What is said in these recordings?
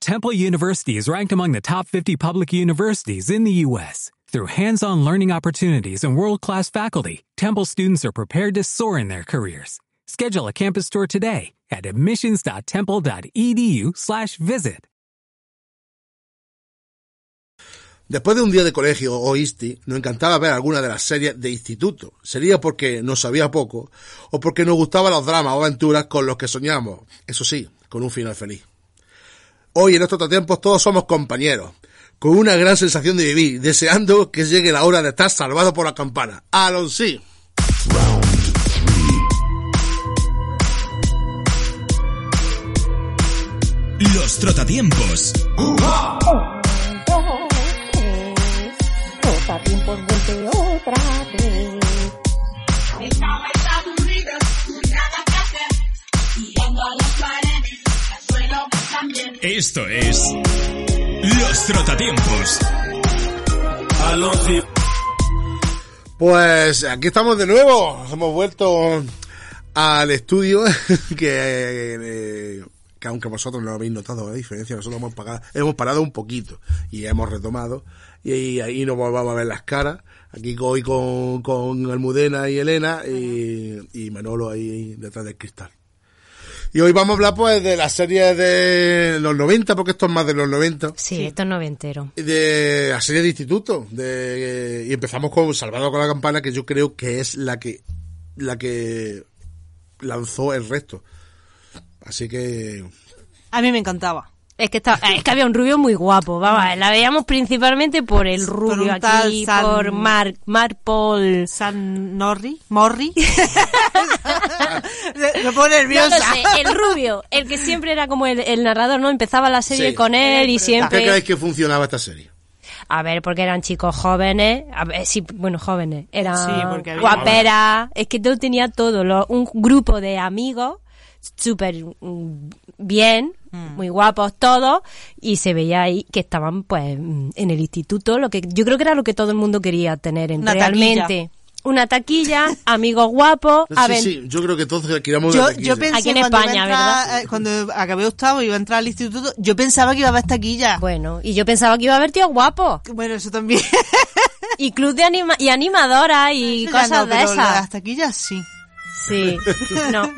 Temple University is ranked among the top 50 public universities in the U.S. Through hands on learning opportunities and world class faculty, Temple students are prepared to soar in their careers. Schedule a campus tour today at E admissions.temple.edu/slash visit. Después de un día de colegio o ISTI, nos encantaba ver alguna de las series de instituto. Sería porque nos sabía poco o porque nos gustaban los dramas o aventuras con los que soñamos. Eso sí, con un final feliz. Hoy en estos tiempos todos somos compañeros, con una gran sensación de vivir, deseando que llegue la hora de estar salvado por la campana. ¡Alon sí! Los trotatiempos. dos, tres, toca tiempo vuelve otra vez. Estaba aburrido, tú nada que hacer, tirando a las paredes, al suelo también. Esto es. Los trotatiempos. Pues aquí estamos de nuevo. Hemos vuelto al estudio que, eh, que aunque vosotros no lo habéis notado la diferencia, nosotros hemos, pagado- hemos parado un poquito y hemos retomado y ahí nos vamos a ver las caras. Aquí hoy con, con Almudena y Elena y, y Manolo ahí detrás del cristal. Y hoy vamos a hablar pues de las series de los 90, porque esto es más de los 90 Sí, esto es noventero. de la serie de instituto de, y empezamos con Salvado con la campana que yo creo que es la que la que lanzó el resto así que A mí me encantaba. Es que, estaba- es que había un rubio muy guapo, vamos, la veíamos principalmente por el Por un rubio tal aquí, San- por Mark, Mark Paul. San Norri, Morri. Se- Me pone nerviosa. No lo sé, el rubio, el que siempre era como el, el narrador, ¿no? Empezaba la serie Sí. con él y ¿qué siempre... creéis que funcionaba esta serie? A ver, porque eran chicos jóvenes, a ver, sí, bueno, jóvenes, eran Sí, porque había- guaperas, es que todo tenía todo, lo- un grupo de amigos súper mm, bien, Mm. muy guapos todos, y se veía ahí que estaban pues mm, en el instituto, lo que yo creo que era lo que todo el mundo quería tener en- Una realmente. taquilla. Una taquilla, amigos guapos, Sí, a ver, sí, yo creo que todos queríamos Yo, la taquilla. yo pensé Aquí en cuando, España, iba a entrar- ¿verdad? eh, cuando acabé octavo y iba a entrar al instituto, yo pensaba que iba a haber taquilla. bueno, y yo pensaba que iba a haber tíos guapos. Bueno, eso también. Y club de anima y animadora y Ya cosas no, de pero esas. Las taquillas sí. Sí, no.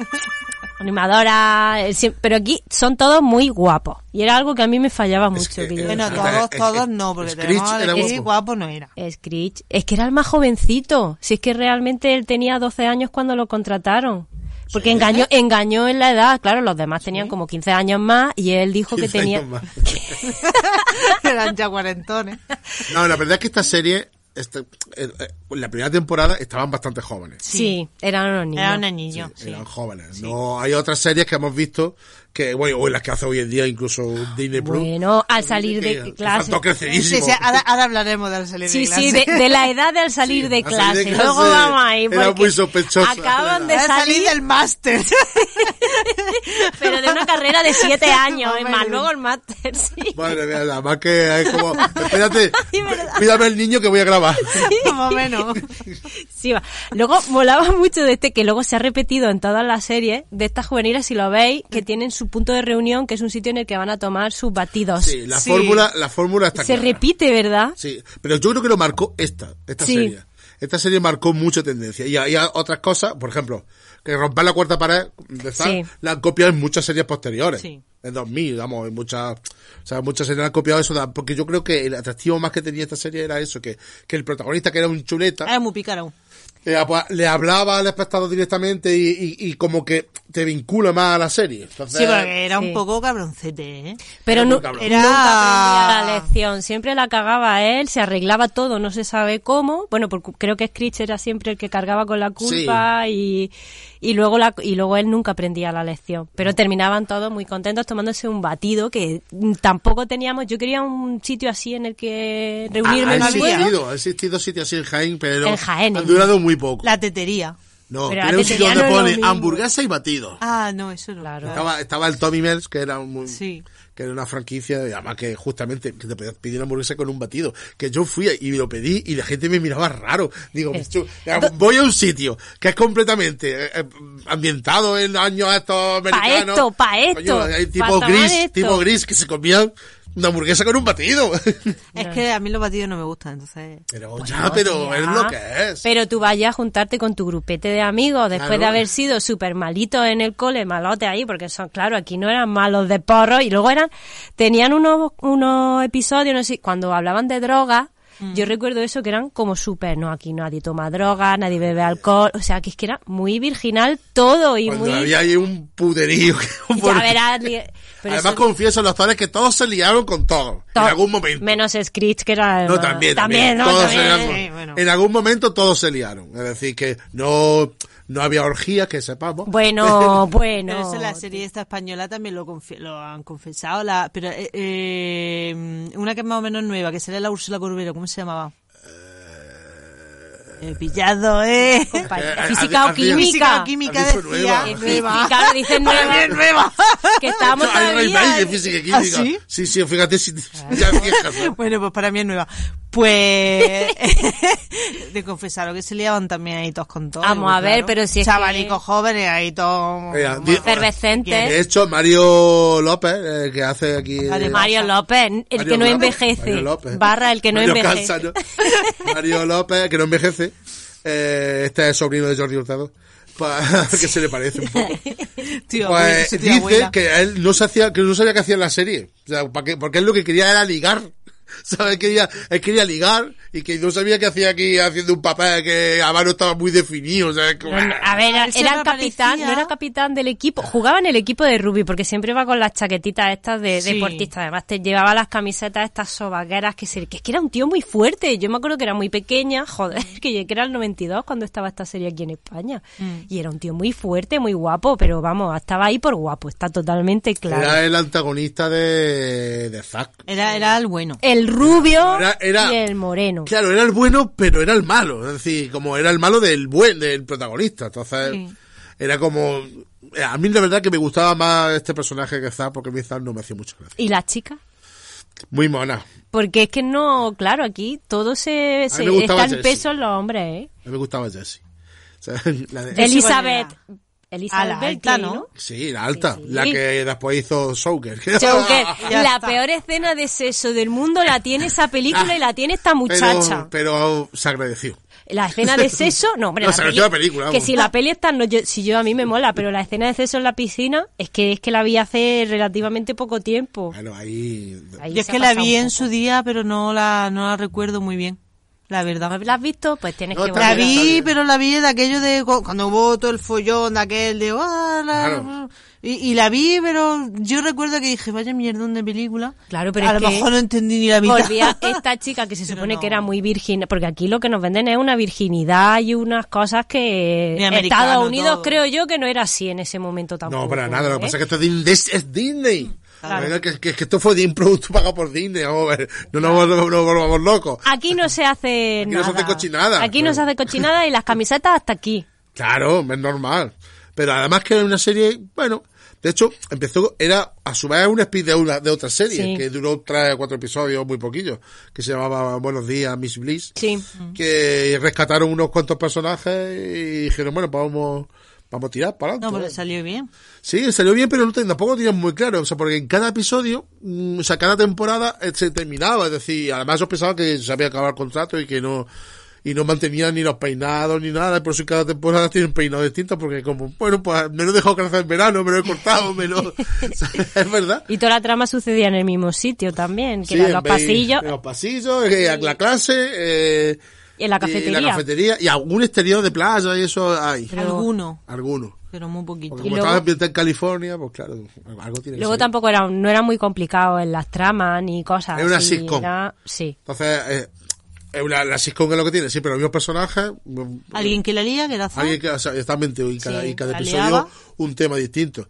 Animadora, eh, sí, pero aquí son todos muy guapos. Y era algo que a mí me fallaba Es mucho. que, que eh, yo- Bueno, es- todos, es- todos es- no, porque Screech tenemos era el que guapo. guapo no era. Screech, es que era el más jovencito. Si es que realmente él tenía 12 años cuando lo contrataron. Porque engañó, engañó en la edad. Claro, los demás tenían como 15 años más y él dijo que 15 tenía... años más. Eran ya cuarentones. no la verdad es que esta serie esta- eh, eh, la primera temporada estaban bastante jóvenes Sí, eran unos niños. Era un anillo. sí. eran jóvenes no hay otras series que hemos visto que bueno o las que hace hoy en día incluso Disney Plus Ah, Bueno, al salir que de están clase. todos crecidísimos. Sí, sí, ahora, ahora hablaremos del salir Sí, de clase. sí, de, de la edad de al salir de al salir clase. de clase Luego vamos ahí. era porque muy sospechoso. Acaban de Ahora salí salir, del máster. pero de una carrera de siete años, es más. Hombre. Luego el máster, sí. Madre mía, nada más que es como, espérate, Sí, ¿verdad? cuídame el niño que voy a grabar. Más o menos. Sí, va. Luego molaba mucho de este, que luego se ha repetido en todas las series, de estas juveniles, si lo veis, que tienen su punto de reunión, que es un sitio en el que van a tomar sus batidos. Sí, la Sí. fórmula, la fórmula está se clara. repite, ¿verdad? Sí, pero yo creo que lo marcó esta, esta Sí. serie. Esta serie marcó mucha tendencia. Y hay otras cosas, por ejemplo, que romper la cuarta pared de Zar, Sí. la han copiado en muchas series posteriores. Sí. En 2000, vamos, en muchas, o sea, muchas series han copiado eso, da- porque yo creo que el atractivo más que tenía esta serie era eso, que, que el protagonista, que era un chuleta, Era muy pícaro. le, apa- le hablaba al espectador directamente y, y- y como que te vincula más a la serie. Entonces, Sí, porque era Sí. un poco cabroncete, ¿eh? Pero Era nu- muy cabrón. Era- nunca aprendía la lección, siempre la cagaba él, se arreglaba todo, no se sabe cómo. Bueno, porque creo que Screech era siempre el que cargaba con la culpa y, y luego la, y luego él nunca aprendía la lección. Pero terminaban todos muy contentos tomándose un batido que mm, tampoco teníamos. Yo quería un sitio así en el que ha reunirme Ah, en no el había. pueblo. existido, ha existido sitios así en Jaén, pero En Jaén, han ¿eh? durado muy poco. La tetería. No, Pero era la un sitio tetería donde no es lo pone mismo. hamburguesa y batido. Ah, no, eso no. Claro. Estaba, estaba el Tommy Mills, que era un muy, Sí. que que era una franquicia, y además que justamente que te podías pedir una hamburguesa con un batido, que yo fui y lo pedí y la gente me miraba raro. Digo, "Macho, voy a un sitio que es completamente eh, eh, ambientado en años estos americanos. esto, pa' esto, Coño, hay pa' tipo tomar gris, esto. tipo gris que se comían una hamburguesa con un batido. Es que a mí los batidos no me gustan, entonces... pero ya, pero es lo que es. Pero tú vayas a juntarte con tu grupete de amigos después Claro. de haber sido súper malitos en el cole, malote ahí, porque son, claro, aquí no eran malos de porro y luego eran, tenían unos, unos episodios, no sé, cuando hablaban de drogas, Mm. yo recuerdo eso que eran como súper, no, aquí nadie toma droga, nadie bebe alcohol, o sea, que es que era muy virginal todo y Cuando muy... había ahí un puderío. que- Ya verás, li- pero Además eso- confieso a los actores que todos se liaron con todo, to- en algún momento. Menos Screech, que era... el No, malo. también, también. También, ¿no? Todos También. se eran- liaron. Sí, bueno. En algún momento todos se liaron. Es decir, que no, no había orgías, que sepamos. Bueno, bueno. Pero eso en la serie esta española también lo, confi- lo han confesado. La, pero eh, eh, una que es más o menos nueva, que sería la Úrsula Corbero, ¿cómo se llamaba? Eh, pillado, ¿eh? Compañía. Eh, eh, Física o hacía- química. Física o química Ha dicho decía. nueva. Física, claro, dice nueva. Para mí es nueva. Que estábamos No, hay todavía. raíz de física y química. ¿Ah, sí? sí, sí, fíjate si ya viejas. ¿no? Bueno, pues para mí es nueva. Pues de confesaron que se liaban también ahí todos con todos. Vamos pues, a ver, pero si es que- Chavalicos jóvenes ahí todos... Mira, di- Efervescentes. De hecho, Mario López, eh, que hace aquí... eh, Vale, Mario López, el Mario que no López, Mario envejece. López. Barra, el que no Mario envejece. Cansado. Mario López, que no envejece. Eh, este es sobrino de Jordi Hurtado. Pa- que se le parece un poco. Tío, abuelo, Pues sí, tío, dice abuela. que él no se hacía, que no sabía qué hacía en la serie. O sea, ¿para qué? porque él lo que quería era ligar. ¿Sabes? Él quería, él quería ligar y que no sabía qué hacía aquí haciendo un papel que además no estaba muy definido. ¿sabes? Como- No, no, a ver, era, Él se era el me capitán, parecía. no era capitán del equipo. Jugaba en el equipo de rugby porque siempre iba con las chaquetitas estas de Sí. deportista. Además, te llevaba las camisetas estas sobaqueras que, se- que es que era un tío muy fuerte. Yo me acuerdo que era muy pequeña, joder, que, yo- que era el 92 cuando estaba esta serie aquí en España. Mm. Y era un tío muy fuerte, muy guapo, pero vamos, estaba ahí por guapo, está totalmente claro. Era el antagonista de, de Zack. Era, era el bueno. El rubio Era- era- y el moreno. Claro, era el bueno, pero era el malo. Es decir, como era el malo del buen, del protagonista. Entonces, era como. eh, A mí la verdad que me gustaba más este personaje que Zack, porque mi Zack no me hacía mucha gracia. ¿Y las chicas? Muy mona. Porque es que no, claro, aquí todo se, se me gustaba está en Jessie. peso en los hombres, ¿eh? A mí me gustaba Jessie. O sea, la de- Elizabeth. A la Elizabeth alta, Berkley, ¿no? ¿no? Sí, la alta, Sí, sí. la que después hizo Joker. Joker, Ya la está. peor escena de sexo del mundo la tiene esa película y la tiene esta muchacha. Pero, pero se agradeció. la escena de sexo, no, hombre, No, se metió la película, Que vamos. si la peli está, no, yo- si yo a mí me mola, pero la escena de sexo en la piscina es que es que la vi hace relativamente poco tiempo. Bueno, ahí... Ahí Yo es se que ha la pasado vi un en poco. su día, pero no la, no la recuerdo muy bien. La verdad. ¿La has visto? Pues tienes No, que está La volver. bien, está vi, bien. pero la vi de aquello de cu- cuando hubo todo el follón de aquel de... "Ah, la-". Claro. y, y la vi, pero yo recuerdo que dije, vaya mierdón de película. Claro, pero A es lo que mejor no entendí ni la mitad. Volvía esta chica que se Pero supone que no. era muy virgen, porque aquí lo que nos venden es una virginidad y unas cosas que Ni americano, Estados Unidos todo. creo yo que no era así en ese momento tampoco. No, para nada, lo ¿eh? que pasa es que esto es Din- es es Disney. Bueno, Que, que- que esto fue de un producto pagado por Disney. vamos a ver, No nos vol- no nos volvamos locos. Aquí no se hace Aquí no nada. se hace cochinada. pues. Aquí no se hace cochinada y las camisetas hasta aquí. Claro, es normal. Pero además que era una serie, bueno, de hecho, empezó, era a su vez un speed de una de otra serie, Sí. que duró tres o cuatro episodios, muy poquillos, que se llamaba Buenos días, Miss Bliss. Sí. Que rescataron unos cuantos personajes y dijeron, bueno, pues vamos, vamos a tirar para No, adelante. pero salió bien. Sí, salió bien, pero no te- tampoco lo tenían muy claro. O sea, porque en cada episodio, mm, o sea, cada temporada eh, se terminaba. Es decir, además yo pensaba que se había acabado el contrato y que no y no mantenían ni los peinados ni nada. Por eso cada temporada tienen peinados distintos porque como, bueno, pues me lo he dejado crecer en verano, me lo he cortado, me lo... es verdad. Y toda la trama sucedía en el mismo sitio también, que Sí, eran en los vez- pasillos En los pasillos, eh, la clase... Eh, y en la Y la cafetería. cafetería y algún exterior de playa y eso hay. Pero- Alguno, Algunos. pero muy poquito. Porque Y como luego- estaba ambientado en California, pues claro, algo tiene que Luego ser. tampoco era, no era muy complicado en las tramas ni cosas. Era una así, sitcom. era- sí. Entonces, eh, eh, la, la sitcom es lo que tiene, sí, pero los mismos personajes. mm, Alguien que la lía, que era Zack. Alguien que, o sea, exactamente, y cada, Sí, y cada la episodio liaba. un tema distinto.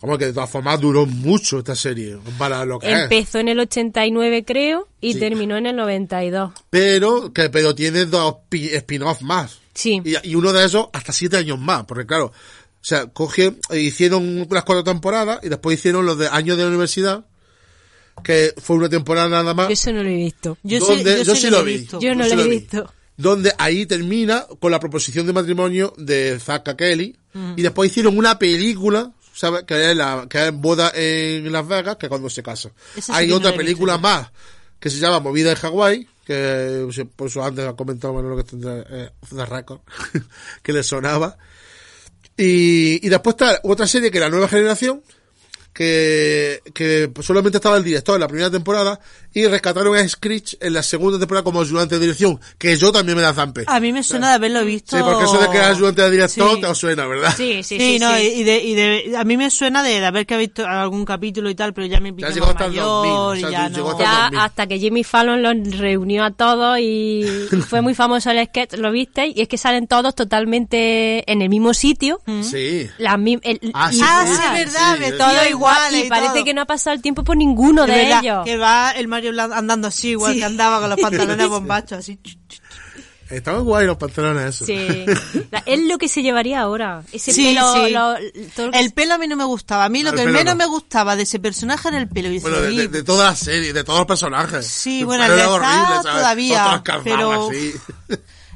Vamos, que de todas formas duró mucho esta serie, para lo que es. Empezó en el 89 creo y Eh. Sí. terminó en el 92. Pero, que, pero tiene dos pi- spin-offs más. Sí. Y, y uno de esos hasta siete años más, porque claro, eh, o sea, coge, hicieron las cuatro temporadas y después hicieron los de años de la universidad, que fue una temporada nada más. Yo eso no lo he visto. Yo, ¿Dónde? sí, yo, Yo sí sí que lo he vi. visto. Yo no Yo lo lo he vi. visto. donde ahí termina con la proposición de matrimonio de Zaka Kelly Mm. y después hicieron una película ¿sabes? que es la que es boda en Las Vegas que es cuando se casa Esa sí hay que no otra la he visto película yo. más que se llama Movida en Hawái que se- por eso antes ha comentado Manolo que tendrá eh, off the record, que le sonaba y, y después está otra serie que es la nueva generación que, que solamente estaba el director en la primera temporada y rescataron a Screech en la segunda temporada como ayudante de dirección, que yo también me la zampé. A mí me suena de haberlo visto. Sí, porque eso de que es ayudante de director Ah, Sí. te os suena, ¿verdad? Sí, sí, sí. Sí, no, sí. Y, de, y de- a mí me suena de, de haber que ha visto algún capítulo y tal, pero ya me Ya pica llegó más hasta el 2000, o mayor y sea, ya tú llegó no. hasta- Ya 2000. hasta que Jimmy Fallon los reunió a todos y y fue muy famoso el sketch, lo viste, y es que salen todos totalmente en el mismo sitio. Mm. Sí. La mi- el- Ah, sí, Ah, sí, sí, es verdad, sí, me sí. todo y- igual y parece que no ha pasado el tiempo por ninguno de, ellos. Que va el Mario Blan- andando así, igual Sí. que andaba con los pantalones bombachos, así. Estaban guay los pantalones esos. Sí. La- es lo que se llevaría ahora. Ese Sí, pelo, sí. lo- todo lo que El pelo a mí no me gustaba. A mí lo El que pelo menos no. me gustaba de ese personaje era el pelo. Y decía, Bueno, de, de- "Ih, de toda la serie, de todos los personajes. Sí, Pero bueno, el era de horrible, Zaz ¿sabes? todavía, Todos cargados pero- así.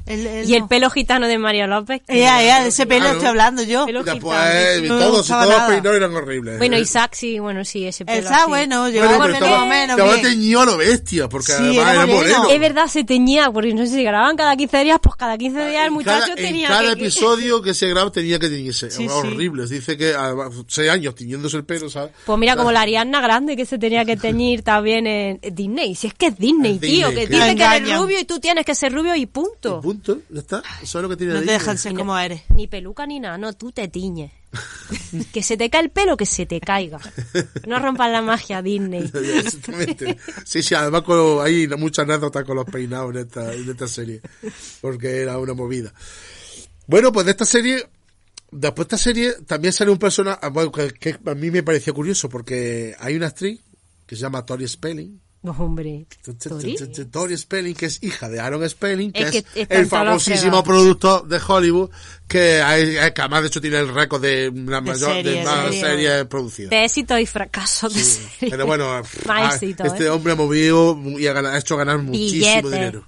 el- el- Y el no". pelo gitano de Mario López. que- Ea, ea, de ese pelo Claro. pues, eh, estoy hablando yo. Pelo- Después, No me todos, gustaba todos los nada. peinados eran horribles. Bueno, y Isaac sí, bueno, sí, ese pelo. Está así. bueno, Bueno, llegó pero el pelo estaba, menos estaba bien. teñido a lo bestia, porque Sí, además era era moreno. moreno. Es verdad, se teñía, porque no sé si grababan cada 15 días, pues cada 15 días el En muchacho cada, en tenía cada que- episodio que se graba tenía que teñirse. Sí, Era sí. horrible. Dice que a seis años tiñéndose el pelo, ¿sabes? Pues mira, como la Ariana Grande que se tenía que teñir también en en Disney. Si es que es Disney, Es tío, Disney, que claro. dice que eres Engañan. rubio y tú tienes que ser rubio y Y punto. punto. Ya está. Eso es lo que tiene No te Disney. dejan ser como eres. Ni peluca ni nada, no, tú te tiñes. que se te cae el pelo, que se te caiga. No rompas la magia, Disney. Exactamente. Sí, sí, además con- hay muchas anécdotas con los peinados en esta, en esta serie, porque era una movida. Bueno, pues de esta serie, después de esta serie, también sale un personaje ah, bueno, que, que a mí me pareció curioso, porque hay una actriz que se llama Tori Spelling. No, Pues, hombre. ¿Tori? Tori Spelling, que es hija de Aaron Spelling, que Es es, que está el en todos los famosísimo fregados. productor de Hollywood, que, hay- eh, que además de hecho tiene el récord de la mayor de series, más series. series producidas. De éxito y fracaso de serie. Pero bueno, Más ah, éxito, este ¿eh? hombre ha movido y ha, ganado- ha hecho ganar muchísimo Billetes. Mm. dinero.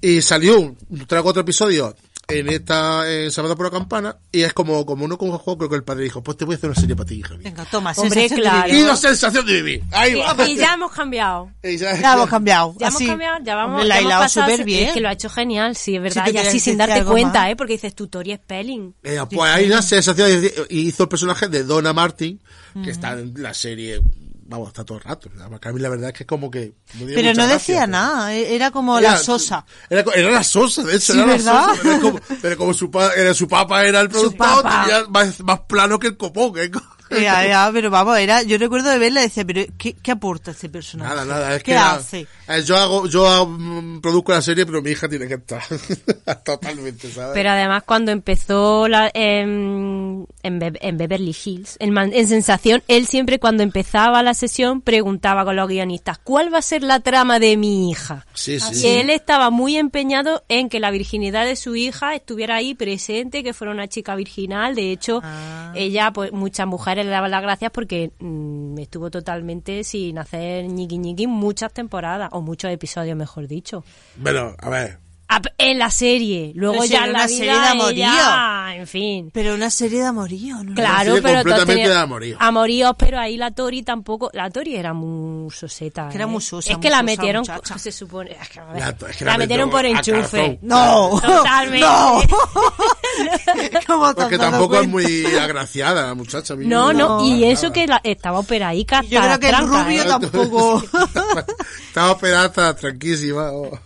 Y salió, trago otro episodio en esta en Sábado por la Campana y es como, como uno con un juego, creo que el padre dijo, pues te voy a hacer una serie para ti, hija mía. Venga, toma, Hombre, sensación de claro. vivir. Y la sensación de vivir. Ahí va. Y, y ya hemos cambiado. Y ya- Ya hemos cambiado. Ya así. hemos cambiado, ya vamos Hombre, la ya ha hemos hilado pasado- súper bien. Es que lo ha hecho genial, sí, es verdad. Sí, te y así querías sin decir darte algo cuenta, más. ¿eh? Porque dices, tu Tori Spelling. Eh, pues ahí la sensación de- y hizo el personaje de Donna Martin, Mm. que está en la serie, vamos, está todo el rato. Porque a mí la verdad es que es como que... me dio Pero mucha no gracia, decía pero- nada, eh, era como Era- la sosa. Era, co- era la sosa, de hecho, Sí, era la ¿verdad? sosa. Pero, es como, pero como su, pa- era, su papá era el productor, papá. tenía más, más plano que el copón. ¿eh? Ya, ya, pero vamos, era, yo recuerdo de verla y decía, pero ¿qué, qué aporta este personaje? Nada, nada, es ¿Qué que era- hace? eh, yo hago, yo ah, mm, produzco la serie, pero mi hija tiene que estar totalmente, ¿sabes? Pero además cuando empezó la, em, en, Be- en Beverly Hills, en, Man- en Sensación, él siempre cuando empezaba la sesión preguntaba con los guionistas, ¿cuál va a ser la trama de mi hija? sí, sí. Y él estaba muy empeñado en que la virginidad de su hija estuviera ahí presente, que fuera una chica virginal. De hecho, Ah. ella, pues muchas mujeres le daban las gracias porque mm, estuvo totalmente sin hacer ñiqui ñiqui muchas temporadas, o muchos episodios, mejor dicho. Bueno, a ver. Ah, p- En la serie, luego Pero si ya era en una la serie vida, de amorío. ella, en fin. Pero una serie de amorío, ¿no? Claro, serie pero todos completamente tenían de amorío. amoríos, pero ahí la Tori tampoco, la Tori era muy soseta. Que era ¿eh? muy sosa, Es muy que la sosa metieron, muchacha. se supone, es que, a ver, La- es que la, la metieron por metió a enchufe. calzón. No, Totalmente. no. ¿Cómo te has Porque dado Pues tampoco es cuenta? muy agraciada la muchacha. a mí No, me- no, me y Ah, encantaba. eso que la- estaba operaica. Y Yo hasta creo que el las trancas, rubio ¿eh? tampoco. Estaba pedata, tranquísima. oh.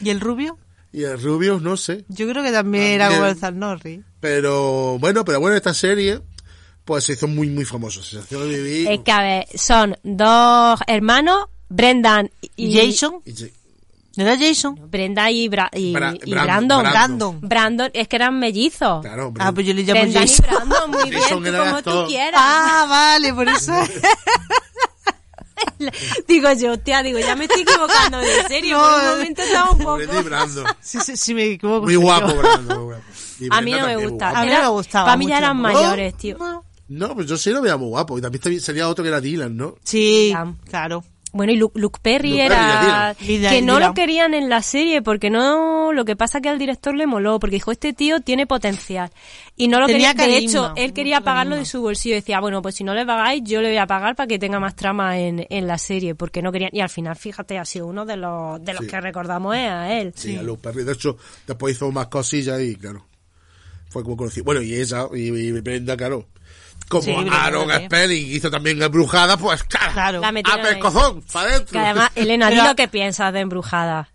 ¿Y el rubio? Y el rubio, no sé. Yo creo que también Ah, era como También. el Zarnorri. Pero bueno, pero bueno, esta serie pues se hizo muy muy famosa, Sensación de vivir. Es que, a ver, son dos hermanos, Brendan y... ¿Y Jason? Y sí, ¿No era Jason? Brenda y, Bra- y, Bra- y Brandon, Brandon. Brandon. Brandon, es que eran mellizos. Claro, hombre. Ah, pues yo le llamo Brenda y Jason. Brandon, muy bien, Jason tú era como actor. tú quieras. Ah, vale, por eso. Digo yo, hostia, digo, ya me estoy equivocando, de serio, No, por un momento estaba un poco... Brenda y Brando. Sí, sí, sí, me equivoco. Muy soy yo. guapo, Brando. muy guapo. Y A mí Brenda no me también, gusta. guapa. A mí no me gustaba Para mí ya mucho. Oh, eran ¿No? mayores, tío. No, pues yo sí lo veía muy guapo. Y también sería otro que era Dylan, ¿no? Sí, Dylan. claro. Bueno, y Lu- Luke, Perry Luke era Perry, la tira. que no Mira. lo querían en la serie porque no lo que pasa que al director le moló porque dijo este tío tiene potencial y no lo Tenía quería de carisma, hecho él quería mucho pagarlo de carisma. su bolsillo decía bueno pues si no le pagáis yo le voy a pagar para que tenga más trama en, en la serie porque no querían y al final fíjate ha sido uno de los de los Sí. que recordamos es a él Sí, a Luz Perry. De hecho, después hizo más cosillas y claro. Fue como conocí. Bueno, y esa, y, y Brenda, claro. Como Sí, Brenda Aaron también. Spelling hizo también Embrujada, pues claro. Claro. La metieron a ahí. pescozón, para adentro. que además Elena di Pero- lo que piensas de Embrujada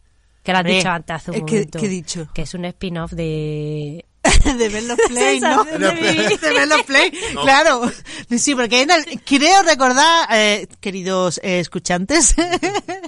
que lo has Hombre, dicho antes hace un eh, ¿qué- momento qué he dicho? que es un spin-off de de ver los play, ¿no? Sensación de vivir. De ver los play, claro. Sí, porque en el- creo recordar, eh, queridos eh, escuchantes,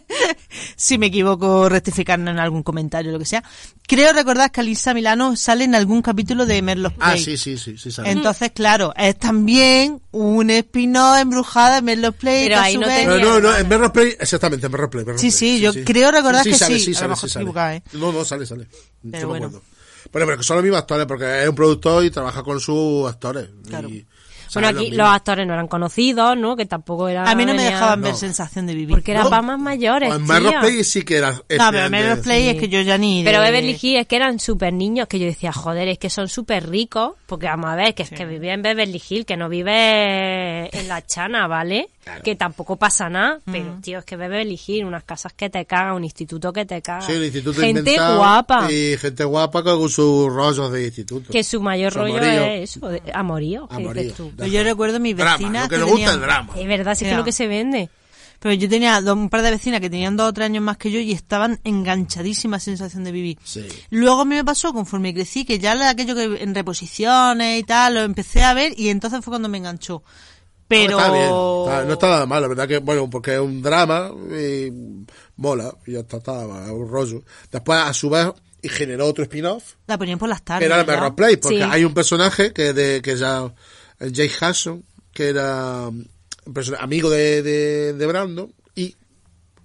si me equivoco, rectificarnos en algún comentario o lo que sea. Creo recordar que Alisa Milano sale en algún capítulo de Merlos Play. Ah, sí, sí, sí, sí, sabe. Entonces, claro, es también un espino embrujada de Merlos Play. Pero que a ahí su no vez- Pero tenía- no, no, en Merros Play, exactamente, en Merros Play. Merros Sí, Play, sí, yo creo recordar que sale, sí, a lo sale, mejor sí, estoy sale. equivocada, ¿eh? No, no, sale, sale. Pero Yo me bueno. acuerdo. Bueno, pero que son los mismos actores, porque es un productor y trabaja con sus actores. Claro. Y, Bueno, sale lo aquí mismo. los actores no eran conocidos, ¿no? Que tampoco era. A mí no me venía- dejaban ver No. sensación de vivir. Porque era No. para más mayores. O en Merros tía. Play sí que era. este No, pero Merlos Play es que yo ya ni. Pero de- Beverly Hills es que eran súper niños, que yo decía, joder, es que son súper ricos. Porque vamos a ver, que es que vive en Beverly Hills, que no vive en la chana, ¿vale? Que tampoco pasa nada. Pero, tío, es que Beverly Hills, unas casas que te cagan, un instituto que te caga. Sí, el instituto Ah. Gente inventado guapa. Y gente guapa con sus rollos de instituto. Que su mayor Su rollo amorío. es eso, de- amorío. que Amorío. dices tú. Yo recuerdo mis Drama, vecinas. lo que que le gusta tenían- el drama. Es verdad, sí que es Ya. lo que se vende. Pero yo tenía dos- un par de vecinas que tenían dos o tres años más que yo y estaban enganchadísimas a sensación de vivir. Sí. Luego a mí me pasó, conforme crecí, que ya la- aquello que en reposiciones y tal, lo empecé a ver y entonces fue cuando me enganchó. Eh, Pero... No está, bien, está- no está nada mal, la verdad que, bueno, porque es un drama y mola, y ya está, está, es un rollo. Después, a su vez, y generó otro spin-off, La ponían por las que tardes. era el Ah, ¿verdad? Merrow Play, porque Sí. hay un personaje que de que ya el Jay Hudson, que era um, un persona- amigo de, de, de Brando, y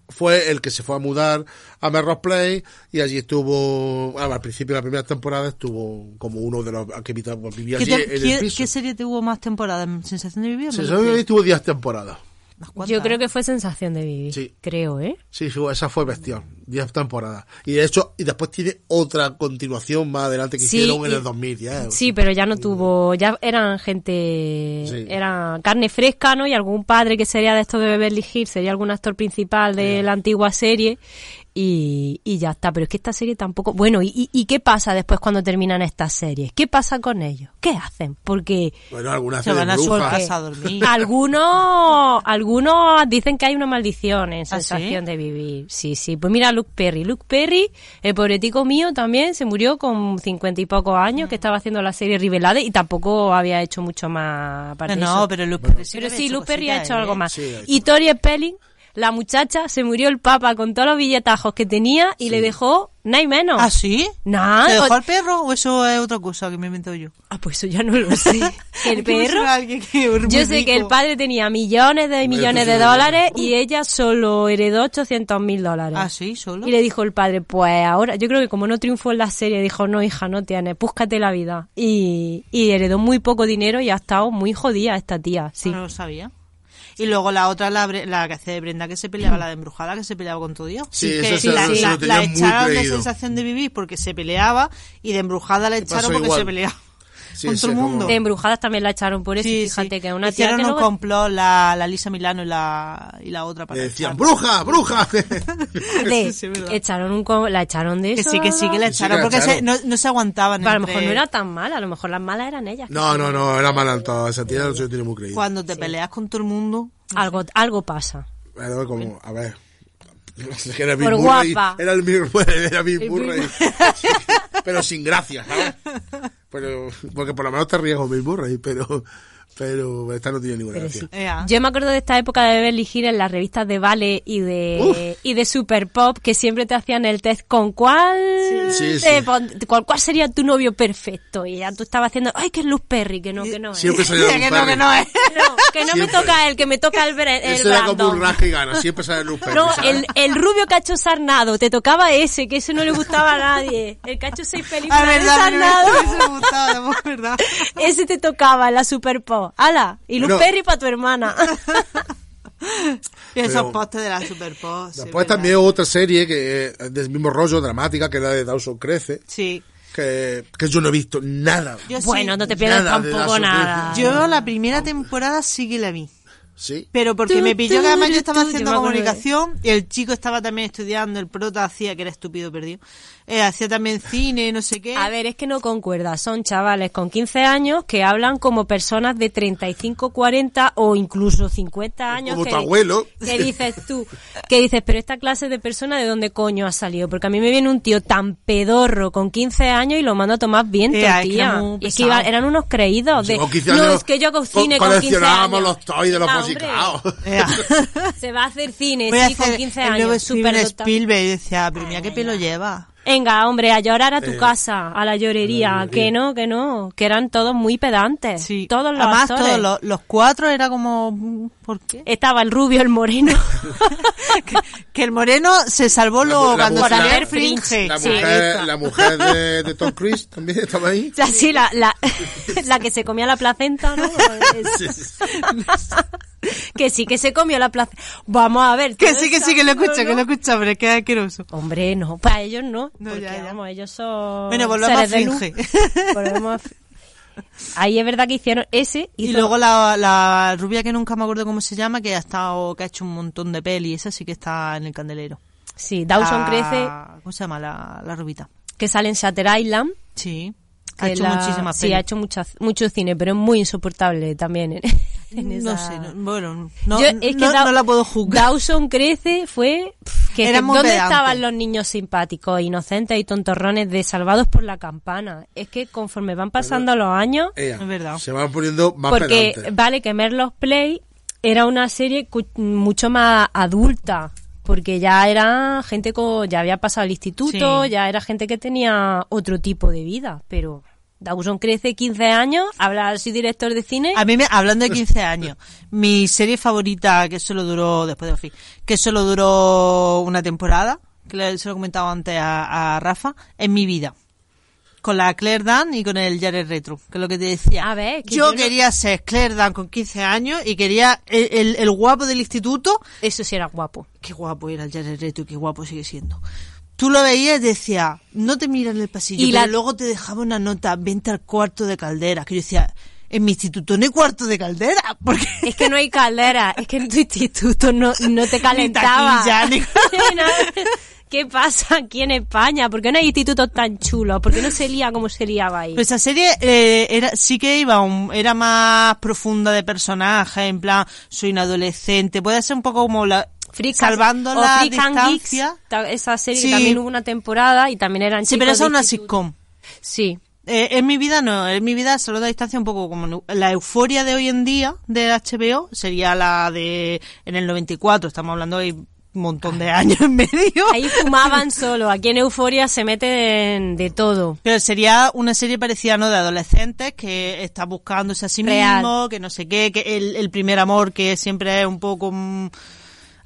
fue el que se fue a mudar a Merrow Play, y allí estuvo, bueno, al principio de la primera temporada estuvo como uno de los que vivía pues, vivía ¿Qué, allí te- en qué- el piso. qué serie tuvo más temporadas? ¿Sensación de vivir? o Se Merrow sabe que Play? estuvo 10 temporadas. Unas cuantas, Yo creo ¿eh? que fue sensación de vivir. Sí. Creo, ¿eh? Sí, sí, esa fue bestial. 10 temporadas. Y de hecho, y después tiene otra continuación más adelante que Sí, hicieron en y- el 2010. Sí, pero ya no tuvo, ya eran gente, Sí. era carne fresca, ¿no? Y algún padre que sería de estos de Beverly Hills, sería algún actor principal de la antigua serie y, y ya está. Pero es que esta serie tampoco, bueno, ¿y, y, y qué pasa después cuando terminan estas series? ¿Qué pasa con ellos? ¿Qué hacen? Porque Bueno, algunas Se van a su brujas. casa a dormir. algunos, algunos dicen que hay una maldición en ¿Ah, sí? sensación de vivir. Sí, sí. Pues mira, Luke Perry. Luke Perry, el pobretico mío también, se murió con cincuenta y pocos años, Ah. que estaba haciendo la serie Rivelade y tampoco había hecho mucho más aparte No, de no, eso. pero Luke Perry Pero había sí, hecho Luke Perry cositas, ha hecho ¿eh? algo más. Sí, ha hecho y Tori Spelling, la muchacha, se murió el papa con todos los billetajos que tenía y le dejó nada y menos. ¿Ah, sí? Nah, ¿Te dejó o- al perro o eso es otra cosa que me he inventado yo? Ah, pues eso ya no lo sé. Hay El que perro. buscar a alguien que es muy Yo sé que el rico. pues padre tenía millones de millones de sí, dólares y ella solo heredó 800 mil dólares. Ah, sí, solo. Y le dijo el padre, pues ahora, yo creo que como no triunfó en la serie, dijo, no hija, no tienes, búscate la vida. Y, y heredó muy poco dinero y ha estado muy jodida esta tía, sí. Ah, No lo sabía. Y luego la otra, la, Bre- la que hace de Brenda, que se peleaba, la de embrujada, que se peleaba con todo Dios. Sí, que esa se- la, se la- lo tenía la muy echaron de creído. sensación de vivir porque se peleaba y de embrujada la pasó echaron porque igual. se peleaba. Sí, con sí, todo el es como- mundo. De embrujadas también la echaron por eso, y Sí, fíjate sí. que una tía Hicieron que un luego- complot la, la Lisa Milano y la, y la otra para Le decían, echar. bruja, bruja. de- Sí, sí, es verdad. echaron un co- la echaron de Que eso. sí, que sí, que la Sí, sí, que echaron la porque se- echaron. no, no se aguantaban. Pero a lo entre- mejor no era tan mala, a lo mejor las malas eran ellas. no, no, no, era mal alto. Esa tía no se lo tiene muy creído. Cuando te peleas con todo el mundo. Algo, algo pasa. Era como, a ver. Es que Era Bill Por Murray, guapa. Era el Bill Murray, era Bill El Bill Murray. pero sin gracia, ¿sabes? Pero, porque por lo menos te ríes con Bill Murray, pero, pero esta no tiene ninguna Pero gracia. sí. Ea. Yo me acuerdo de esta época de Beverly Hills en las revistas de Vale y de y de Super Pop que siempre te hacían el test con cuál Sí, te sí. pon- cuál, cuál sería tu novio perfecto y ya tú estabas haciendo ay que es Luz Perry que no que no es. Siempre salía que no, que Perry. no, eh. No, que no me Siempre. toca el que me toca el, Bre- el Eso era como Brandon. un rasca y gana, siempre sale Luz Perry. No, ¿sabes? el, el rubio cacho sarnado, te tocaba ese, que eso no le gustaba a nadie. El cacho seis películas A de Ah, verdad, me sarnado. hubiese- me hubiese gustado, de verdad. Ese te tocaba, la Super Pop. ¡Hala! Y Luz No. Perry para tu hermana. Y esos Pero- postes de la Superpost. sí, Después ¿verdad? también otra serie que eh, del mismo rollo, dramática, que es la de Dawson Crece, Sí. que, que yo no he visto nada. Yo sí. Bueno, no te pierdas Nada de tampoco Dawson nada. Yo la primera temporada sí que la vi. Sí. Pero Tú, porque me pilló que tú, además tú, yo estaba tú, haciendo yo me acuerdo de- comunicación y el chico estaba también estudiando, el prota hacía que era estúpido perdido. eh, hacía también cine, no sé qué. A ver, es que no concuerda. Son chavales con 15 años que hablan como personas de 35, 40 o incluso 50 años. Como que tu di- abuelo. Que dices tú. Que dices, pero esta clase de persona ¿de dónde coño ha salido? Porque a mí me viene un tío tan pedorro con 15 años y lo mando a tomar viento, Ea, Eh, es que tía. era muy y es que pesado. iba- eran unos creídos. De, Con 15 no, años es que yo hago cine co- con 15 coleccionábamos años. los toys de los Ah, hombre, mosicados. Ea. Se va a hacer cine, Voy a sí, con hacer 15 el nuevo años. Steven superdotado. Spielberg y decía, "Ah, pero mira qué pelo lleva. Venga, hombre, a llorar a Eh, tu casa, a la llorería, que no, que no, que eran todos muy pedantes. Sí. Todos los Además, actores. Eh. todos los, los cuatro era como, mm, ¿por qué? Estaba el rubio, el moreno. que, que el moreno se salvó La- lo la cuando mujer- salió la- el fringe. La Sí, mujer, esa. la mujer de, de Tom Cruise también estaba ahí. O sea, sí, la, la, la que se comía la placenta, ¿no? Sí, sí, sí. que sí, que se comió la placenta. Vamos a ver. Que todo sí, que eso, sí, que lo escucha, ¿no? que lo escucha, pero es que es asqueroso. Hombre, no, para ellos no. No, porque, ya, ya. vamos, ellos son. Bueno, volvemos a seres de luz. Fringe. Volvemos a Fr- Ahí es verdad que hicieron ese. Y hizo- luego la, la rubia que nunca me acuerdo cómo se llama, que ha estado, que ha hecho un montón de peli, esa sí que está en el candelero. Sí, Dawson La- crece, ¿Cómo se llama la, la rubita? que sale en Shatter Island. Sí. que Ha hecho la- muchísimas Sí, pelis. ha hecho muchas- mucho cine, pero es muy insoportable también en, en esa... No sé, no- bueno, no, Yo- no, es que no Dau- la puedo juzgar. Dawson crece fue... pff, que- Era que- muy ¿Dónde pedante. estaban los niños simpáticos, inocentes y tontorrones de salvados por la campana? Es que conforme van pasando los años... Ea, Es verdad. Se van poniendo más porque eh, pedantes. vale que Merlos Play era una serie cu- mucho más adulta porque ya era gente co- ya había pasado el instituto Sí. ya era gente que tenía otro tipo de vida pero Dawson crece 15 años habla soy director de cine A mí, me, hablando de 15 años, mi serie favorita, que solo duró, después de fin, que solo duró una temporada, que le- se lo he comentado antes a, a Rafa, en mi vida. Con la Claire Dan y con el Jared Retro, que es lo que te decía. A ver, que yo, yo no- quería ser Claire Dan con 15 años y quería el, el- el guapo del instituto. eso sí era guapo Qué guapo era el Jared Retro y qué guapo sigue siendo. Tú lo veías y decía, no te miras en el pasillo, Y y la- luego te dejaba una nota, vente al cuarto de caldera. Que yo decía, en mi instituto no hay cuarto de caldera, porque es que no hay caldera es que en tu instituto no, no te calentaba taquilla, ni- ¿Qué pasa aquí en España? ¿Por qué no hay institutos tan chulos? ¿Por qué no se lía como se liaba ahí? Pero esa serie eh, era, sí que iba un- era más profunda de personaje, en plan, soy un adolescente, puede ser un poco como la... Freak- salvando o la Freak and Geeks, distancia. ta- esa serie que Sí. también hubo una temporada y también eran Sí, chicos pero esa de es una instituto. sitcom. Sí. Eh, en mi vida no, en mi vida solo da distancia un poco como nu- la euforia de hoy en día de HBO sería la de en el 94, estamos hablando de un montón de años en medio. Ahí fumaban solo. Aquí en Euforia se meten de todo. Pero sería una serie parecida, ¿no? De adolescentes que está buscándose a sí Real. mismo, que no sé qué, que el, el primer amor que siempre es un poco mm,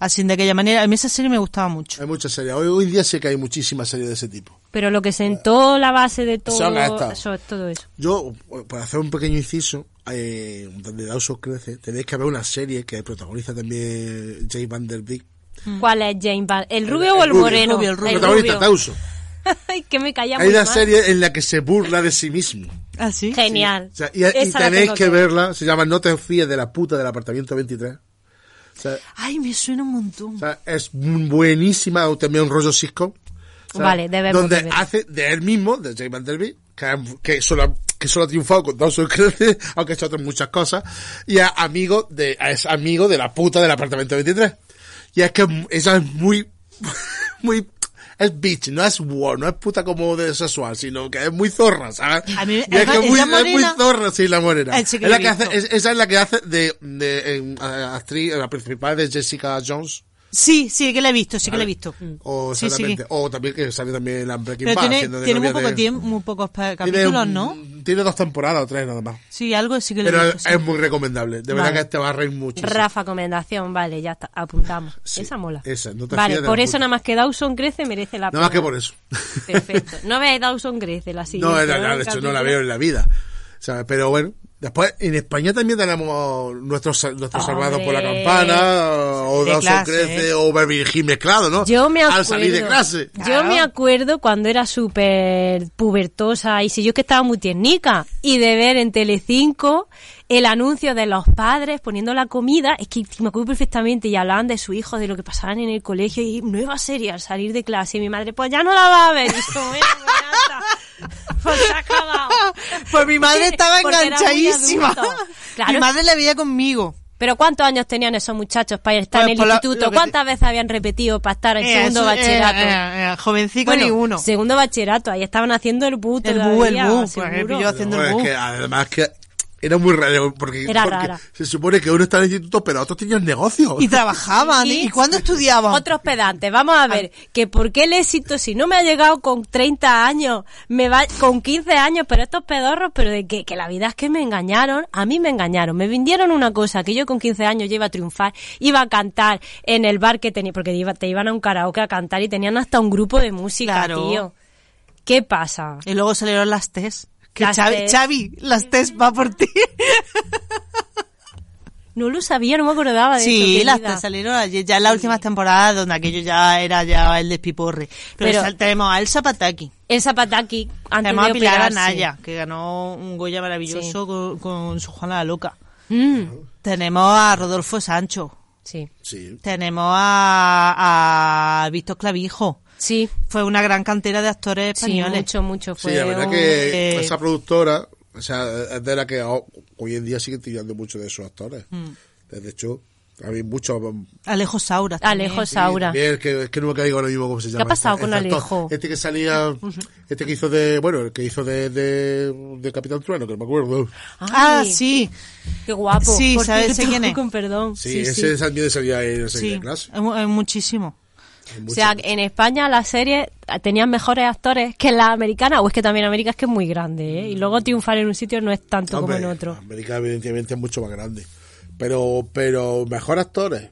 así de aquella manera. A mí esa serie me gustaba mucho. Hay muchas series. Hoy, hoy en día sé que hay muchísimas series de ese tipo. Pero lo que sentó la base de todo Son estas. eso es todo eso. Yo, para hacer un pequeño inciso, eh, donde Dawson crece, tenéis que ver una serie que protagoniza también Jay Van Der Beek. Mm. ¿Cuál es James Bond? ¿El rubio o el, moreno? rubio, el rubio. Protagonista Dawson. Ay, que me calla Hay muy una mal. serie en la que se burla de sí mismo. ¿Ah, sí? Genial. O sea, y, y Esa la tenéis tengo que verla. Se llama No te fíes de la puta del apartamento 23. O sea, Ay, me suena un o montón. sea, es buenísima. o También un rollo sitcom. O sea, Vale, debemos Donde de ver. hace de él mismo, de Jay Van Der Beek, que, que solo, ha- que solo ha triunfado con Dawson Crece, aunque ha hecho otras muchas cosas, y a- amigo de, a- es amigo de la puta del apartamento 23. Y es que mu- esa es muy, muy, es bitch, no es war, no es puta como de sexual, sino que es muy zorra, ¿sabes? A mí- Y es que además, es muy, esa es muy morena- zorra, sí, la morena. Eh, sí que Es la la he que hace- visto. es- esa es la que hace de, de, em, a- actriz, la principal de Jessica Jones. Sí, sí, que la he visto, sí que la he visto. O Sí, sí. exactamente, o también que sale también la Breaking Pero Bad tiene, haciendo de tiene muy novia poco de- tiempo, muy pocos pa- tiene capítulos, un- ¿no? Tiene dos temporadas o tres nada más. Sí, algo sí que lo Pero he es, visto. sí. es muy recomendable. De verdad Vale. que te va a reír mucho. Rafa, recomendación, vale, ya está, apuntamos. Sí, esa mola. esa, no te vale, fías de por la eso puta. nada más que Dawson crece merece la Nada más que pena. por eso. Perfecto. No veáis Dawson crece, la siguiente. no, era- ¿no? era- de El hecho no la capítulo. veo en la vida. O sea, pero bueno, Después, en España también tenemos nuestros, nuestros salvados por la Hombre. campana, o De Dawson clase. Crece, o Beverly mezclado, ¿no? Yo me acuerdo. Al salir de clase. Yo me acuerdo cuando era súper pubertosa y si yo es que estaba muy tiernica y de ver en Telecinco el anuncio de los padres poniendo la comida, es que me acuerdo perfectamente y hablaban de su hijo, de lo que pasaban en el colegio y nueva serie al salir de clase y mi madre, pues ya no la va a ver. Y yo, bueno, pues ya está. Pues se ha acabado. Pues mi madre estaba Porque era muy enganchadísima. adulto. Claro. Mi madre la veía conmigo. Pero ¿cuántos años tenían esos muchachos para estar Pues en el por lo- lo instituto? que te- ¿Cuántas veces habían repetido para estar en Eh, segundo eso, eh, bachillerato? eh, eh, jovencico Bueno, ni uno. Segundo bachillerato, ahí estaban haciendo el bu El bu, todavía, el bu, pues, seguro. el pillo- haciendo el es bus. que además que era muy raro, porque, Era porque rara. se supone que uno está en el instituto, pero otros tenían negocios. Y trabajaban. Sí. ¿Y cuándo estudiaban? Otros pedantes, vamos a ver, Ah. que por qué el éxito, si no me ha llegado con 30 años, me va con 15 años, pero estos pedorros, pero de que, que la vida es que me engañaron, a mí me engañaron, me vendieron una cosa, que yo con 15 años ya iba a triunfar, iba a cantar en el bar que tenía, porque iba- te iban a un karaoke a cantar y tenían hasta un grupo de música, Claro. tío. ¿Qué pasa? Y luego salieron las TES. Que Las Xavi, TES. Xavi, las TES va por ti. No lo sabía, no me acordaba de eso. Sí, querida. las TES salieron ayer, ya en las últimas temporadas donde aquello ya era ya el despiporre. Pero, Pero- sal- tenemos a Elsa Pataki. El zapataki, antes Tenemos de a Pilar operarse. Anaya, que ganó un Goya maravilloso Sí. con, con su Juana la Loca. Mm, Tenemos a Rodolfo Sancho. sí. Sí. Tenemos a, a Víctor Clavijo. Sí, Fue una gran cantera de actores sí, españoles. mucho, mucho. Sí, Fue la verdad un- que eh, esa productora, o sea, es de la que ho- hoy en día sigue tirando mucho de esos actores. Mm. De hecho, hay muchos... Alejo Saura. también. Alejo Saura. mm, Bien, que, es que no me caigo ahora mismo cómo se llama. ha pasado este- con este actor. Alejo? Este que salía, este que hizo de, bueno, el que hizo de, de, de Capitán Trueno, que no me acuerdo. Ah, Ay, sí. Qué guapo. Sí, por ¿sabes cierto, quién es? Con perdón. Sí, Sí, sí. ese también salía en ese sí. de clase. Hay mu- hay muchísimo. O sea, en España las series tenían mejores actores que las americanas, o es que también América es que es muy grande, ¿eh? Y luego triunfar en un sitio no es tanto Mm. Hombre, como en otro. América evidentemente es mucho más grande. Pero, pero mejor actores.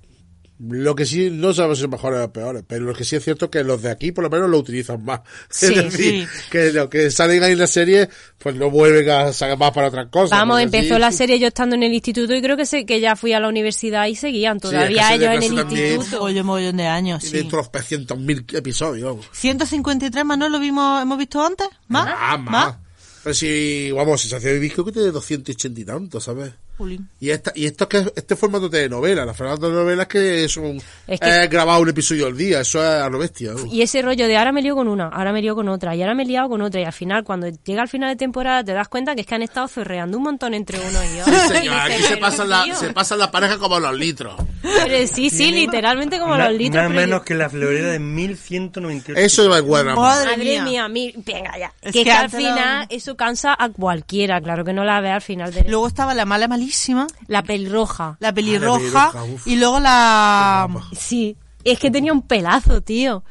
Lo que sí, no sabemos si son mejores o peores, pero lo que sí es cierto es que los de aquí por lo menos lo utilizan más. Sí, es decir, sí. que los que salen ahí en la serie, pues no vuelven a sacar más para otras cosas. Vamos, porque empezó sí- la serie yo estando en el instituto y creo que sé que ya fui a la universidad y seguían es que todavía se ellos en desgasta el también. instituto. Oye, un mogollón de años. Y sí. dentro de los 300.000 episodios. 153 más no lo vimos, hemos visto antes. ¿Más? Ah, más. Pero si, vamos, si se hace el disco que tiene 280 y tanto, ¿sabes? Jolín. Y, esta, y esto que este formato de novela, las formatos de novelas que son Es es que- grabar un episodio al día, eso es a lo bestia. ¿no? Y ese rollo de ahora me lío con una, ahora me lío con otra, y ahora me he liado con otra, y al final, cuando llega al final de temporada, te das cuenta que es que han estado zorreando un montón entre uno y otro. Sí, Y señor, dices, aquí se "Pero, pasan la, tío". se pasan la pareja como los litros. Pero sí, sí, literalmente como Na- los litros. Nada pero yo- Mm. menos que la florera de 1198. Eso va igual a Madre, Madre mía. Ah, mía, mi- venga ya. Es que, es que que al antes final no- eso cansa a cualquiera, claro que no la ve al final de Luego estaba la mala malísima, la pelirroja. la pelirroja, Ah, pelirroja, uf. y luego la... Sí, es que tenía un pelazo, tío.